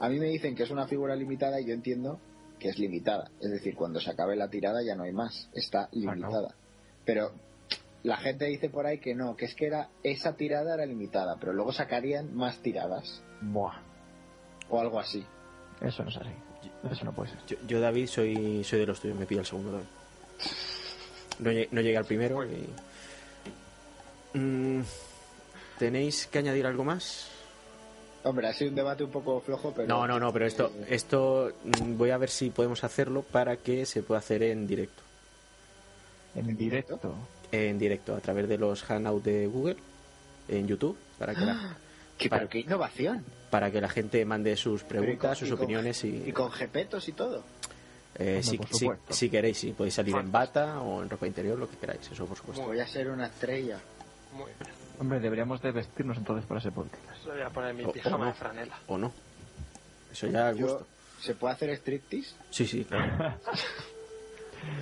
S3: A mí me dicen que es una figura limitada y yo entiendo que es limitada. Es decir, cuando se acabe la tirada ya no hay más, está
S1: Ah,
S3: limitada. Pero la gente dice por ahí que no, que es que era esa tirada era limitada, pero luego sacarían más tiradas
S2: Buah,
S3: o algo así.
S2: eso no es así. Eso no puede ser.
S1: Yo, yo, David, soy, soy de los tuyos, me pillo el segundo también. No, lle- no llegué al primero y... Mm, ¿Tenéis que añadir algo más?
S3: Hombre, ha sido un debate un poco flojo, pero...
S1: No, no, no, pero esto,
S3: eh,
S1: esto mm, voy a ver si podemos hacerlo para que se pueda hacer en directo.
S2: En
S3: directo?
S2: directo.
S1: En directo, a través de los Hangouts de Google, en YouTube, para que la,
S3: que- pero qué innovación.
S1: para que la gente mande sus preguntas,
S3: Pero
S1: sus
S3: con-
S1: opiniones y...
S3: Y con jepetos y todo.
S1: eh,
S2: Hombre,
S1: si,
S2: por
S1: si-
S2: supuesto.
S1: si queréis, si podéis salir en bata o en ropa interior, lo que queráis, eso por supuesto.
S3: Pues Voy a ser una estrella.
S4: Muy bien.
S2: Hombre, deberíamos de vestirnos entonces para ese podcast.
S4: Le voy a poner mi
S1: O- o
S4: pijama
S1: no.
S4: de franela.
S1: ¿O no? Eso ya al
S3: Yo-
S1: gusto.
S3: ¿Se puede hacer striptease?
S1: Sí, sí, claro.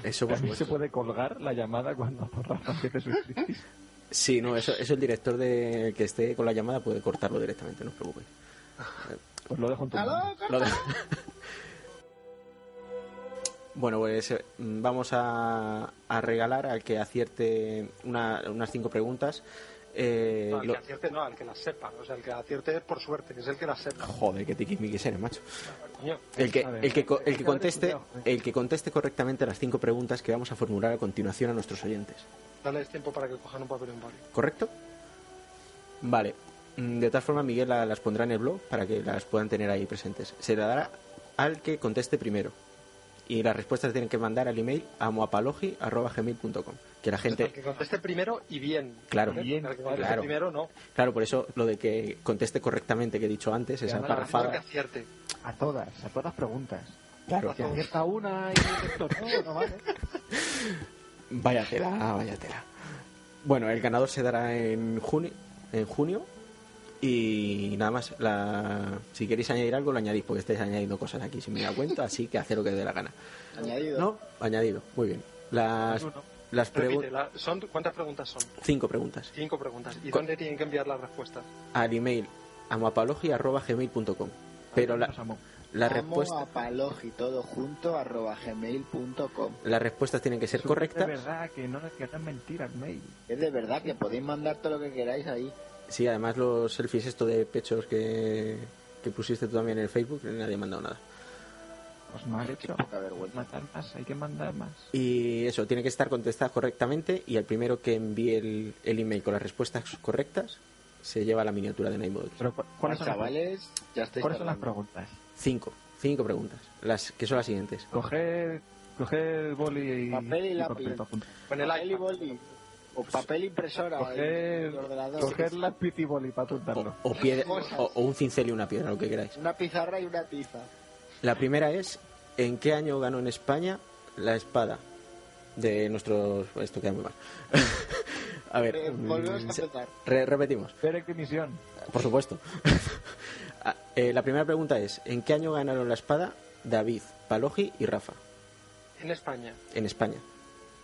S1: Eso por
S2: También se
S1: supuesto.
S2: puede colgar la llamada cuando Rafa empiece su striptease.
S1: Sí, no, eso, eso el director de que esté con la llamada puede cortarlo directamente, no os preocupéis.
S2: Pues lo dejo en tu mano.
S3: ¡Aló!
S1: Lo de- bueno, pues eh, vamos a, a regalar al que acierte una- unas cinco preguntas. Eh,
S4: No, al
S1: lo-
S4: que acierte no, al que las sepa. O sea, el que acierte es por suerte, es el que las sepa.
S1: Joder, qué tiquismiquis eres, macho.
S4: Coño.
S1: El que,
S2: A ver.
S1: el, que, co- el, que conteste,
S2: Cabrón, cuidado,
S1: el que conteste correctamente las cinco preguntas que vamos a formular a continuación a nuestros oyentes.
S4: Dales tiempo para que cojan un papel y un boli.
S1: ¿correcto? Vale. Mm, De todas formas, Miguel la- las pondrá en el blog para que las puedan tener ahí presentes. Se la dará al que conteste primero. Y las respuestas tienen que mandar al email a moapalogi.gmail.com Que la
S4: El
S1: gente...
S4: [laughs] que conteste primero y bien.
S1: Claro.
S4: ¿Vale?
S2: Bien,
S4: el que conteste
S1: claro.
S4: primero no.
S1: Claro, por eso lo de que conteste correctamente que he dicho antes, esa
S2: no,
S4: Para que
S1: parrafada...
S4: acierte.
S2: A todas, a todas preguntas.
S1: Claro.
S2: Si acierta una y esto no, no vale.
S1: Vaya tela, vaya tela. Bueno, el ganador se dará en junio, en junio y nada más. La, si queréis añadir algo, lo añadís, porque estáis añadiendo cosas aquí sin me da cuenta, así que haced lo que os dé la gana.
S3: Añadido.
S1: ¿No? Añadido, muy bien. Las, las
S4: Repite,
S1: preguntas.
S4: la- son, ¿cuántas preguntas son?
S1: Cinco preguntas.
S4: Cinco preguntas. ¿Y
S1: Co-
S4: dónde tienen que enviar las respuestas?
S1: Al email amapalogi.gmail.com Pero la,
S2: Nos amó.
S1: la
S3: Amo
S1: respuesta,
S3: a Palogi, todo junto, arroba gmail.com.
S1: las respuestas tienen que ser
S2: De
S1: correctas.
S2: verdad, que no nos quedan mentiras, May.
S3: Es de verdad que podéis mandar todo lo que queráis ahí.
S1: Sí, además los selfies esto de pechos que, que pusiste tú también en el Facebook, nadie ha mandado nada.
S2: Pues mal hecho. Pues
S3: Poca vergüenza.
S2: Matar más, hay que mandar más.
S1: Y eso, tiene que estar contestada correctamente y el primero que envíe el, el email con las respuestas correctas se lleva la miniatura de Night Models.
S2: Pero, ¿cu- ¿cuáles
S3: Ah,
S2: son,
S3: chavales, ya
S2: las,
S3: estáis
S2: ¿cuáles son las
S3: tardando.
S2: preguntas?
S1: Cinco, cinco preguntas, las que son las siguientes.
S2: Coger, coger boli y
S3: Papel y
S2: y
S3: lápiz.
S2: papel pa' apuntar.
S4: Con el
S3: Papel y
S4: iPad.
S3: boli. O papel impresora. o
S2: Coger,
S3: el ordenador.
S2: coger lápiz y boli para apuntarlo.
S1: O, o piedra- o- o un cincel y una piedra, lo que queráis.
S3: Una pizarra y una tiza.
S1: La primera es, ¿en qué año ganó en España la espada de nuestros... Esto queda muy mal. [laughs] A
S3: Eh,
S1: ver,
S3: volvemos a
S1: mm, se-
S3: empezar.
S1: re- repetimos.
S2: Pero qué misión.
S1: [laughs] Por supuesto. Ah, eh, la primera pregunta es, ¿en qué año ganaron la espada David, Palogi y Rafa,
S4: En España.
S1: en España.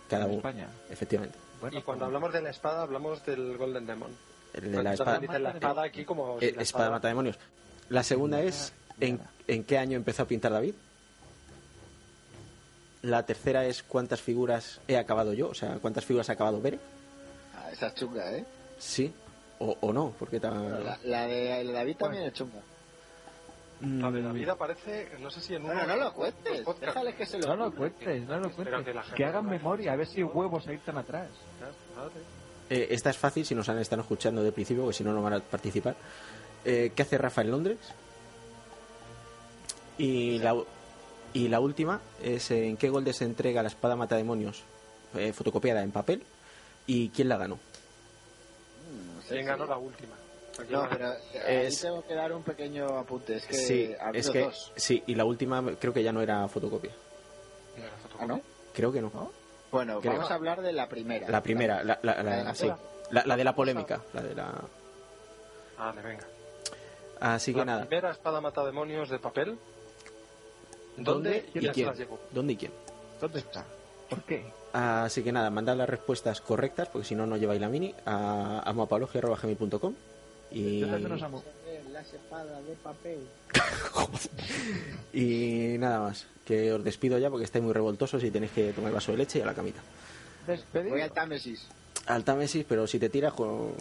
S1: Cada
S2: En
S1: uno.
S2: España.
S1: Efectivamente.
S2: Bueno,
S4: y cuando hablamos de la espada, hablamos del Golden Demon.
S1: El de la
S4: Entonces,
S1: espada.
S4: dicen la espada aquí como. si
S1: Eh,
S4: la
S1: espada
S4: espada-
S1: mata demonios. La segunda es ¿en, en qué año empezó a pintar David. La tercera es cuántas figuras he acabado yo, o sea, cuántas figuras ha acabado Bere.
S3: Ah, esa es chunga, ¿eh?
S1: Sí o, o no, porque
S3: La,
S1: ta-
S3: la de la de David también es chunga.
S2: pues,
S4: La de David aparece, no sé si en uno.
S3: Bueno, no lo
S4: en
S3: cuentes.
S4: dos podcasts.
S3: Déjales que se lo
S2: No lo
S3: ocurra.
S2: cuentes, no lo
S4: Mm. Espero
S2: cuentes.
S4: que la
S2: Que,
S4: gente
S2: hagan
S4: no-
S2: memoria, a ver si huevos a ir tan atrás.
S4: Madre.
S1: eh, esta es fácil si nos han estado escuchando de principio, porque si no no van a participar. Eh, ¿Qué hace Rafa en Londres? Y la, u- y la última es en qué Golden se entrega la espada mata demonios eh, fotocopiada en papel y quién la ganó.
S3: No sé,
S4: ¿Quién
S3: sí.
S4: ganó la última? Aquí
S3: No,
S4: va.
S3: pero eh, ahí
S1: Es-
S3: tengo que dar un pequeño apunte. Es que
S1: sí,
S3: ha habido
S1: es que
S3: Eh, dos.
S1: sí, y la última creo que ya no era fotocopia.
S4: No era fotocopia.
S3: Ah, ¿no?
S1: Creo que no.
S3: Bueno,
S1: Creo.
S3: vamos a hablar de la primera.
S1: La primera, la, la- la-
S3: La de la
S1: sí,
S3: cola.
S1: la, la de la polémica, la de la
S4: Vale, venga.
S1: Así que
S4: la
S1: nada.
S4: primera espada mata demonios de papel.
S1: ¿Dónde
S4: ¿Dónde,
S1: y
S4: se
S1: quién?
S4: las llevó?
S1: ¿Dónde y quién? Ah,
S2: ¿Dónde está? ¿Por qué?
S1: Así que nada, mandad las respuestas correctas porque si no no lleváis la mini a amoapologio@gmail.com y
S2: Defiéndenos, amo.
S3: La espada de papel.
S1: y nada más, que os despido ya porque estáis muy revoltosos y tenéis que tomar vaso de leche y a la camita.
S2: Despedido.
S3: Voy al Támesis.
S1: Al Támesis, pero si te tiras con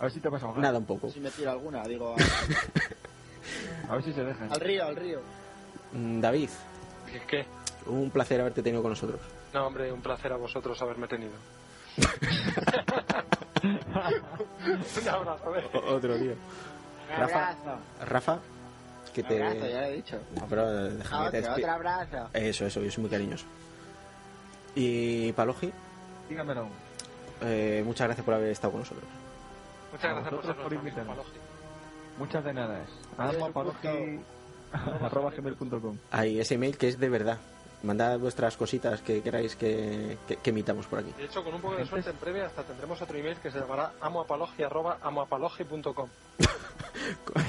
S2: A ver si te pasa algo.
S1: nada un poco.
S3: Si me tiro alguna,
S1: [laughs]
S3: digo a-
S2: A ver si se dejan.
S3: al río, al río.
S1: Mm, David,
S4: ¿Qué- ¿Qué?
S1: un placer haberte tenido con nosotros.
S4: No, hombre, un placer a vosotros haberme tenido. un abrazo, a ver.
S1: Otro día.
S3: Un
S1: Rafa,
S3: abrazo.
S1: Rafa, que
S3: Un
S1: te.
S3: abrazo, ya lo he dicho.
S1: No, pero déjame que te
S3: Otro,
S1: despi-
S3: otro abrazo.
S1: Eso, eso, yo soy muy cariñoso. Y Palogi,
S2: Dígamelo.
S1: eh, muchas gracias por haber estado con nosotros.
S4: Muchas
S2: A
S4: gracias por ser
S2: vosotros por
S4: nuestro amigo,
S2: invitarnos.
S4: Palogi.
S2: Muchas de nada.
S3: Adiós,
S2: Amo
S3: un
S2: a Palogi- arroba gmail.com.
S1: Ahí, ese email que es de verdad. Mandad vuestras cositas que queráis que, que, que imitamos por aquí.
S4: De hecho, con un poco de suerte en breve hasta tendremos otro email que se llamará amoapalogi.amoapalogi.com.
S3: No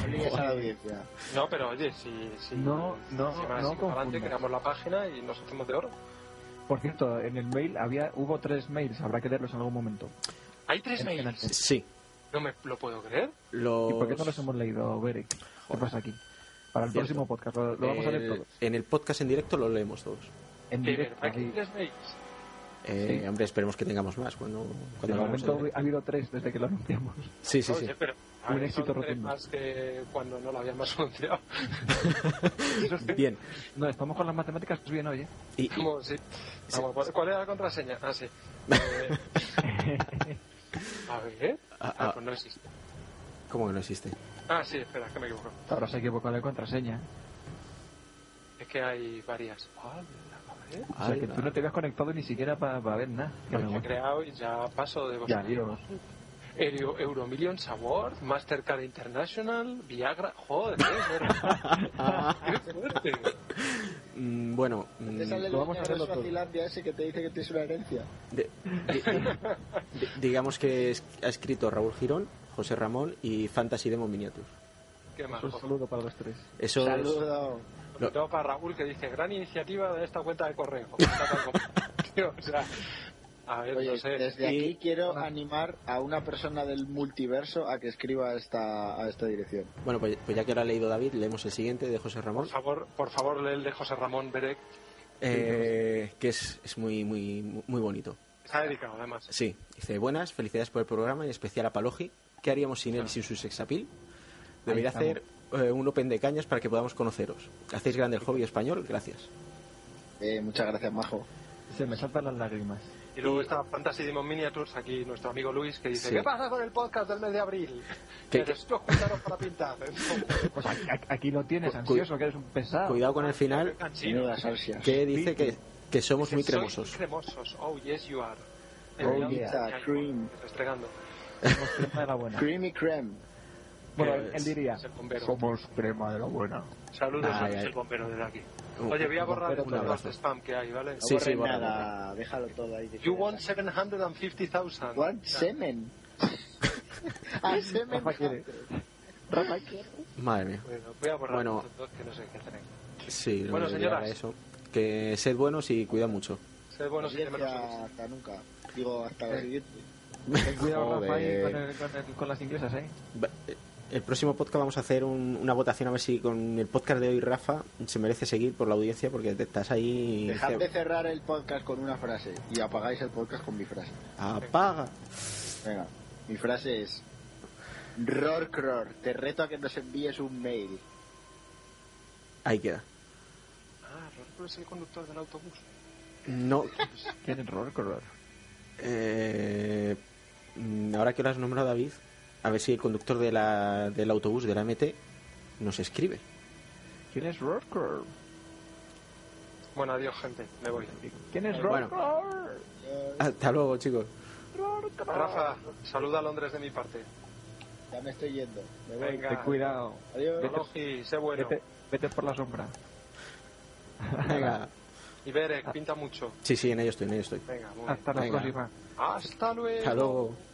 S3: olvides a la audiencia.
S4: No, pero oye, si, si
S2: No, no,
S4: si van
S2: no
S4: así para adelante,
S2: confundas.
S4: creamos la página y nos hacemos de oro.
S2: Por cierto, en el mail había hubo tres mails, habrá que leerlos en algún momento.
S4: Hay tres
S2: En- en
S4: mails.
S2: el-
S1: [laughs] Sí,
S4: No me lo puedo creer.
S1: los...
S2: ¿Y por qué no los hemos leído, Beric? ¿Qué
S1: Joder.
S2: pasa aquí? Para el
S1: Cierto.
S2: próximo podcast, lo, lo vamos a leer
S1: el-
S2: todos.
S1: Eh, En el podcast en directo los leemos todos.
S2: En
S4: De
S2: directo.
S4: Eh, verdad que hay
S2: así.
S4: tres mails.
S1: Eh,
S2: Sí.
S1: Hombre, esperemos que tengamos más cuando,
S2: De
S1: cuando hagamos el
S2: momento
S1: directo.
S2: ha habido tres desde que lo anunciamos.
S1: Sí, sí, sí.
S4: Oye, eh, pero, a
S2: Un
S4: ver,
S2: éxito
S4: son tres
S2: rotundo.
S4: más que cuando no lo habíamos [laughs] anunciado.
S1: Bien.
S2: No, estamos con las matemáticas pues bien,
S4: [laughs]
S2: oye.
S1: Y, y-
S4: Como si- Vamos, pues, ¿Cuál era la contraseña? Ah, sí. Eh, a ver.
S1: Ah,
S4: Ah,
S1: ah.
S4: pues no existe.
S1: ¿Cómo que no existe?
S4: Ah, sí, espera, que me equivoco.
S2: Ahora se ha equivocado de contraseña.
S4: Es que hay varias. Vale, a ver.
S2: O sea, que
S1: Ala.
S2: tú no te habías conectado ni siquiera para ver nada. Qué
S4: Pues ya he
S2: vergüenza.
S4: creado y ya paso de
S2: Ya,
S4: vosotros.
S2: Dios.
S4: Euro, Euromillions Award, Mastercard International, Viagra. Joder, qué fuerte.
S1: ah, Mm, bueno, mm,
S3: Te sale el
S2: Lo vamos a
S3: niño de
S2: hacerlo todo.
S3: Suazilandia ese que te dice que tienes una herencia.
S1: De- di- di- digamos que es- ha escrito Raúl Girón, José Ramón y Fantasy Demon Miniatures.
S4: Qué
S2: Un
S4: majo.
S2: saludo para los tres.
S1: Eso es-
S3: Saludo.
S4: Sobre todo para Raúl que dice, gran iniciativa de esta cuenta de correo. [laughs] Está tal como- Tío, o sea, a ver,
S3: Oye,
S4: no sé.
S3: desde
S1: Y-
S3: aquí quiero animar a una persona del multiverso a que escriba a esta, a esta dirección.
S1: Bueno, pues, pues ya que lo ha leído David, leemos el siguiente de José Ramón,
S4: Por favor, por favor, lee el de José Ramón Berek.
S1: eh, que es, es muy, muy, muy bonito.
S4: Está dedicado, además.
S1: Sí, dice, buenas, felicidades por el programa, en especial a Palogi. ¿Qué haríamos sin él y sin su sexapil? Debería
S2: Ahí
S1: hacer eh, un open de cañas para que podamos conoceros. Hacéis grande el hobby español, gracias.
S3: Eh, muchas gracias, Majo.
S2: Se me saltan las lágrimas.
S4: Y luego está Fantasy Demon Miniatures, aquí nuestro amigo Luis, que dice,
S1: Sí.
S4: ¿qué pasa con el podcast del mes
S1: [laughs]
S4: de abril?
S1: ¿Qué-
S4: Pero
S1: qué-
S4: es que os juntaron para pintar. ¿eh? Entonces,
S2: Pues aquí, aquí lo tienes,
S1: Cu-
S2: ansioso, que eres un pesado.
S1: Cuidado con el
S4: [laughs]
S1: final,
S4: Cansino.
S3: Menudas ansias.
S1: que dice que, que somos muy
S4: Que sois
S1: cremosos.
S4: cremosos. Oh, yes, you are.
S2: Oh,
S3: yeah.
S4: Ay,
S3: Cream.
S4: Restregando.
S2: Somos crema de la buena.
S3: Creamy Creme.
S2: Bueno, él, él diría,
S4: Es el bombero.
S2: somos crema de la buena.
S4: Saludos
S1: Ay,
S4: a Luis,
S1: ay.
S4: el bombero desde aquí.
S1: Un-
S4: Oye, voy a
S1: un
S4: borrar
S1: bombero, un
S4: todos los
S1: abrazo.
S4: de spam que hay, ¿vale?
S1: Sí,
S3: borres
S1: sí, borra,
S3: nada, déjalo todo ahí. que
S4: You
S3: quede
S4: want
S3: ahí.
S2: [laughs]
S4: 750,000.
S3: Want semen. Ah, semen.
S2: Rafa quiere.
S3: No la quiero.
S1: Madre mía.
S4: Bueno, voy a borrar
S1: Bueno.
S4: estos dos que no sé qué tenéis.
S1: Sí,
S4: Bueno,
S1: bueno,
S4: señoras.
S1: eso. Que sed buenos y cuidad mucho.
S4: Sed buenos y temed los hombres.
S3: Audiencia hasta nunca. Digo, hasta la
S2: Eh.
S3: siguiente.
S2: Ten cuidado,
S1: Joder.
S2: Rafael, con, el- con el- con las inglesas, ¿eh?
S1: Va- eh, El próximo podcast vamos a hacer un- una votación a ver si con el podcast de hoy Rafa se merece seguir por la audiencia porque te estás ahí.
S3: Dejad de cerrar el podcast con una frase y apagáis el podcast con mi frase.
S1: Apaga.
S3: Venga, mi frase es... Rorcror, te reto a que nos envíes un mail.
S1: Ahí queda.
S4: Ah, Rorco es el conductor del autobús.
S1: No.
S2: Qué error, color.
S1: eh, mm, ahora que lo has nombrado David, a ver si el conductor de la- del autobús de la MT nos escribe.
S2: ¿Quién es Rorcor?
S4: Bueno, adiós, gente. Me voy.
S2: ¿Quién es
S1: Bueno.
S2: Rorcor?
S1: Hasta luego, chicos.
S4: Rafa, saluda a Londres de mi parte.
S3: Ya me estoy yendo. Me voy.
S4: Venga.
S2: Ten cuidado.
S3: Adiós.
S2: Vete-
S4: Logi, sé bueno.
S2: Vete, vete por la sombra.
S1: Venga.
S4: Y Berek, pinta mucho.
S1: Sí, sí, en ello estoy, en ello estoy.
S4: Venga, muy bien.
S2: Hasta la
S1: Venga.
S2: próxima.
S4: Hasta luego.
S1: Hasta luego.